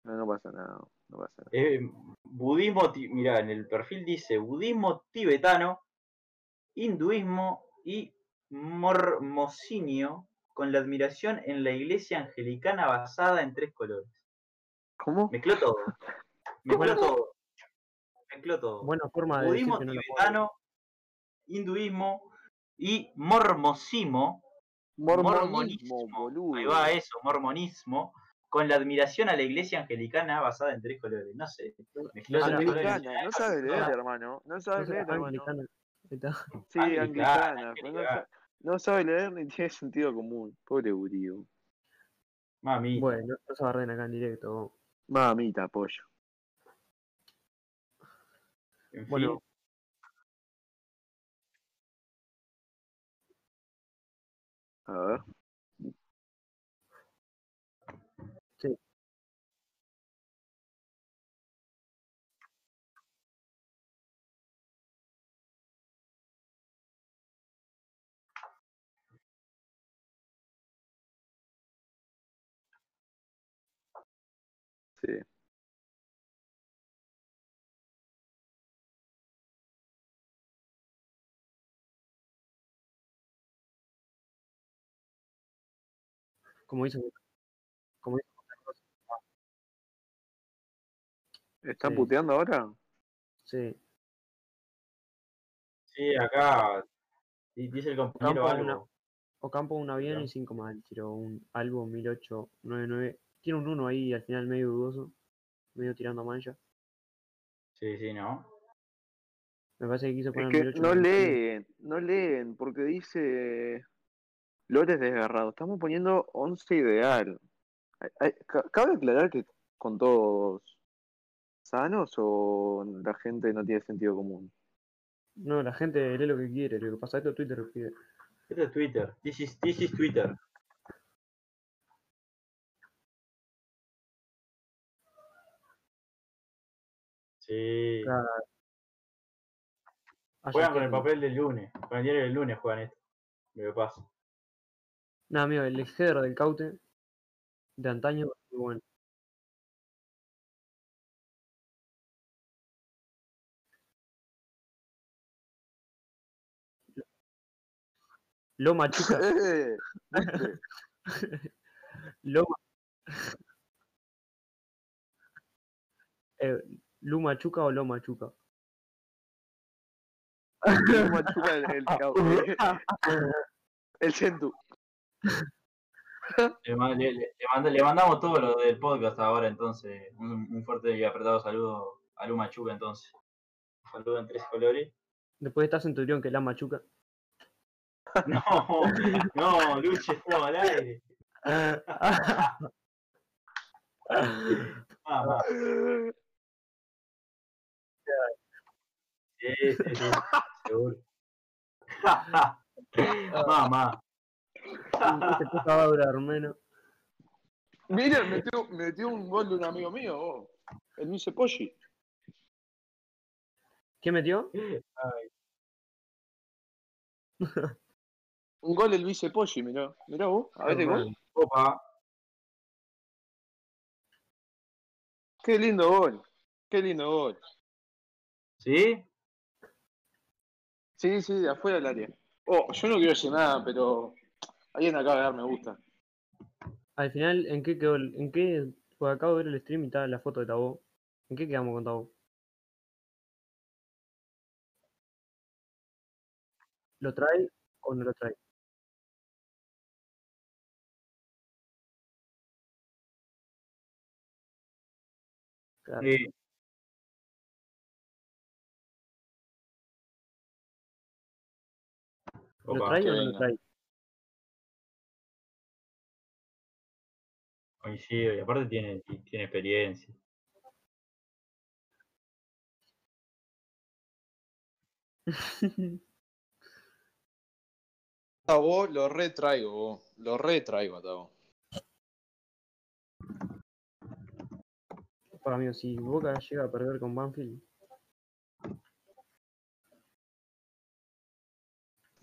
No, no pasa nada, no pasa nada.
Eh, budismo, ti- mirá, en el perfil dice budismo tibetano, hinduismo y mormocinio con la admiración en la iglesia anglicana basada en tres colores.
¿Cómo?
Mezcló todo. Mezcló
Bueno.
todo. Mezcló todo.
Buena forma de decir
budismo
que Ah, no la puedo ver.
tibetano, hinduismo y mormosismo,
Mormonismo,
mormonismo.
boludo.
ahí va eso, mormonismo, con la admiración a la iglesia anglicana basada en tres colores. No sé, mezcló esos
Anglicana,
colores.
Anglicana, Ah, no sabes leer,
Ah,
hermano. No
Entonces,
sabes leer, hermano.
anglicana. Ahí está.
Sí,
Anglicana,
anglicana. pero no,
anglicana.
sa- no sabe leer ni tiene sentido común. Pobre burío.
Mami,
Bueno, no, no se barren acá en directo. vos.
Mamita, pollo.
en fin.
Bueno.
A ver. Sí.
Como dicen. Como dicen.
¿Están
Sí.
puteando ahora?
Sí.
sí, acá di- dice el compañero
Campo,
algo.
una- Ocampo un avión
Claro.
y cinco mal. Tiró un Albo 1899. Tiene un 1 ahí al final medio dudoso. Medio tirando a mancha.
Sí, sí, ¿no?
Me parece que quiso
Es
poner
que
1899.
no leen, no leen, porque dice Lores desgarrado. Estamos poniendo 11 ideal. Ay, ay, ca- ¿Cabe aclarar que con todos sanos o la gente no tiene sentido común?
No, la gente lee lo que quiere. Lo que pasa esto Twitter lo pide.
Esto es Twitter. This is, this is Twitter. Sí.
Claro, Haya
Juegan con el
gente.
papel del lunes, con el diario del lunes juegan esto. Lo que pasa.
No, amigo, el header del caute de antaño muy bueno. Loma chica,
¡Eh! ¿Viste?
loma. Eh, Luma chuca o loma chuca.
¿Cómo machuca el, el, cau- el centu.
Le, ma- le- le- le manda- le mandamos todo lo del podcast ahora, entonces. Un, un fuerte y apretado saludo a Luma Chuca, entonces. Un saludo en tres colores.
Después está Centurión que es la machuca.
No, no, Luche estuvo al aire. Mamá. Sí, sí, sí, seguro. Mamá.
Este podcast va a durar menos.
Mira, metió, metió un gol de un amigo mío, vos. El Nice Poggi.
¿Quién metió?
Ay,
Un gol el vice Poggi, mirá. Mirá vos. A ver el gol.
Copa.
Qué lindo gol. Qué lindo gol.
¿Sí?
Sí, sí, de afuera del área. Oh, yo no quiero decir nada, pero alguien acaba de dar me gusta.
Al final, ¿en qué quedó? el- ¿En qué? Pues acabo de ver el stream y estaba la foto de Tabo. ¿En qué quedamos con Tabo? ¿Lo trae o no lo trae? Claro.
Sí.
¿Lo
Opa,
trae o no lo
venga.
trae?
Coincido, y aparte tiene, tiene experiencia.
A vos lo retraigo, vos. Lo retraigo a Tabo.
Para mí, si Boca llega a perder con Banfield,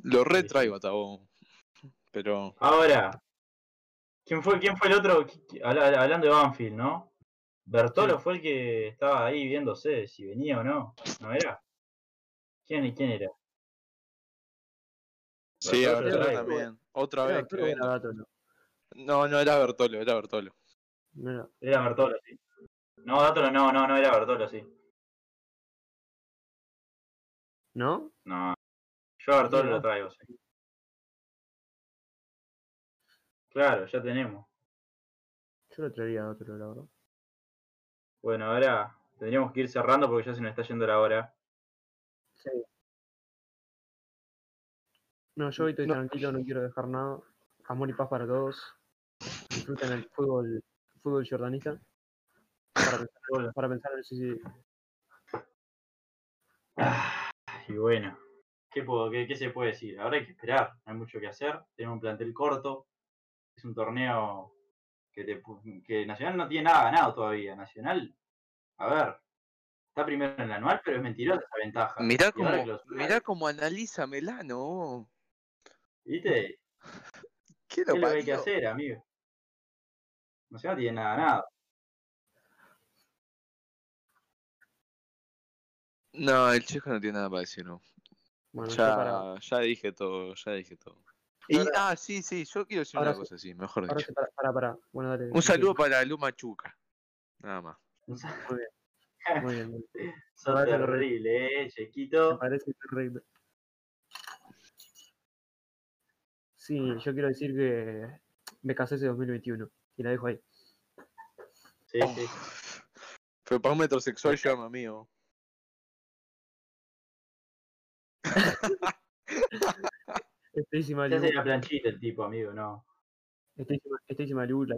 Lo retraigo a Tabo. Pero.
Ahora, ¿quién fue, quién fue el otro? Qui- qui- habla- Hablando de Banfield, ¿no? Bertolo fue el que estaba ahí viéndose si venía o no. ¿No era? ¿Quién, quién era?
Sí, a
Bertolo
Bertolo
traigo.
también. Otra
Era
vez que
Bertolo o
venga.
era Gatolo.
No, no era Bertolo, era Bertolo.
No era-
Era Bertolo, sí. No, Dátolo no, no, no era Bertolo, sí.
¿No?
No. Yo a Bertolo lo
Bertolo.
traigo, sí. Claro, ya tenemos.
Yo lo traería a Gatolo, la verdad.
Bueno, ahora tendríamos que ir cerrando porque ya se nos está yendo la hora.
No, yo hoy estoy
No.
tranquilo, no quiero dejar nada. Amor y paz para todos. Disfruten el fútbol, fútbol jordanista. Para pensar, para pensar en el suicidio.
Y bueno, ¿qué, puedo, qué, qué se puede decir? Ahora hay que esperar, no hay mucho que hacer. Tenemos un plantel corto. Es un torneo que, te pu- que Nacional no tiene nada ganado todavía. Nacional, a ver, está primero en el anual, pero es mentirosa esa ventaja.
Mirá
Y ahora
cómo,
que lo-
mirá cómo analiza Melano. vos.
¿Viste?
¿Qué
¿Qué
lo
es lo que hay que
parió?
hacer, amigo? Nacional tiene nada ganado.
No, el chico no tiene nada para decir, no.
Bueno, yo para,
Ya, ya dije todo, ya dije todo. Y,
Ahora-
ah, sí, sí, yo quiero decir
ahora
una
sí.
cosa así, mejor
ahora
dicho.
sí, para, para, para. Bueno, dale.
Un
sí,
saludo para Luma Chuca. Nada más.
Muy bien, muy bien.
Son
Ahora que lo-
terrible, eh,
Me
chiquito.
parece correcto. Sí, yo quiero decir que me casé ese 2021. Y la dejo ahí.
Sí, sí.
Pero para un metrosexual llama, amigo.
Stacy
Se
Malibu.
hace la planchita el tipo, amigo, no.
Stacy Ma- Stacy Malibu. la-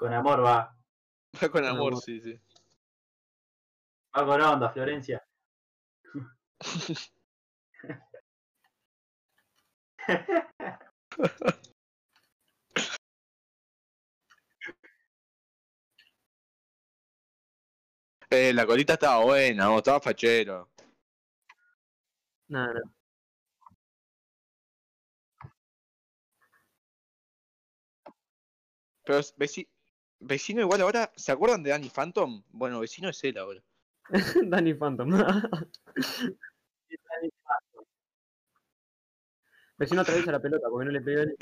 Con amor va.
Va con
amor,
amor, sí, sí.
Va con onda, Florencia.
Eh, la colita estaba buena, vos, estaba fachero.
Nada, nada.
Pero es veci- vecino igual ahora, ¿se acuerdan de Danny Phantom? Bueno, vecino es él ahora.
Danny Phantom. Vecino atraviesa la pelota porque no le pegó el...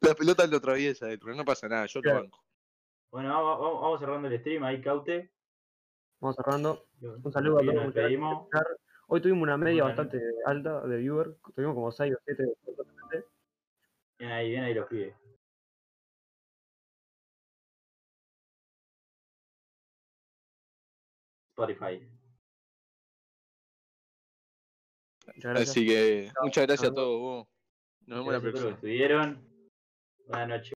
La pelota lo atraviesa él, pero no pasa nada, yo lo
Claro.
banco.
Bueno, vamos, vamos- vamos cerrando el stream ahí, Caute.
Vamos cerrando.
Lo-
Un saludo a
y
todos.
Nos
los que van a
despedimos.
escuchar. Hoy tuvimos una media
Bueno.
bastante alta de viewers. Tuvimos como 6 o 7.
Bien ahí, bien ahí los pibes. Spotify.
Muchas
Eh,
gracias.
Así que, muchas gracias a
Chao.
todos vos. Nos vemos la
Gracias a todos los
próxima.
que estuvieron. Buenas noches.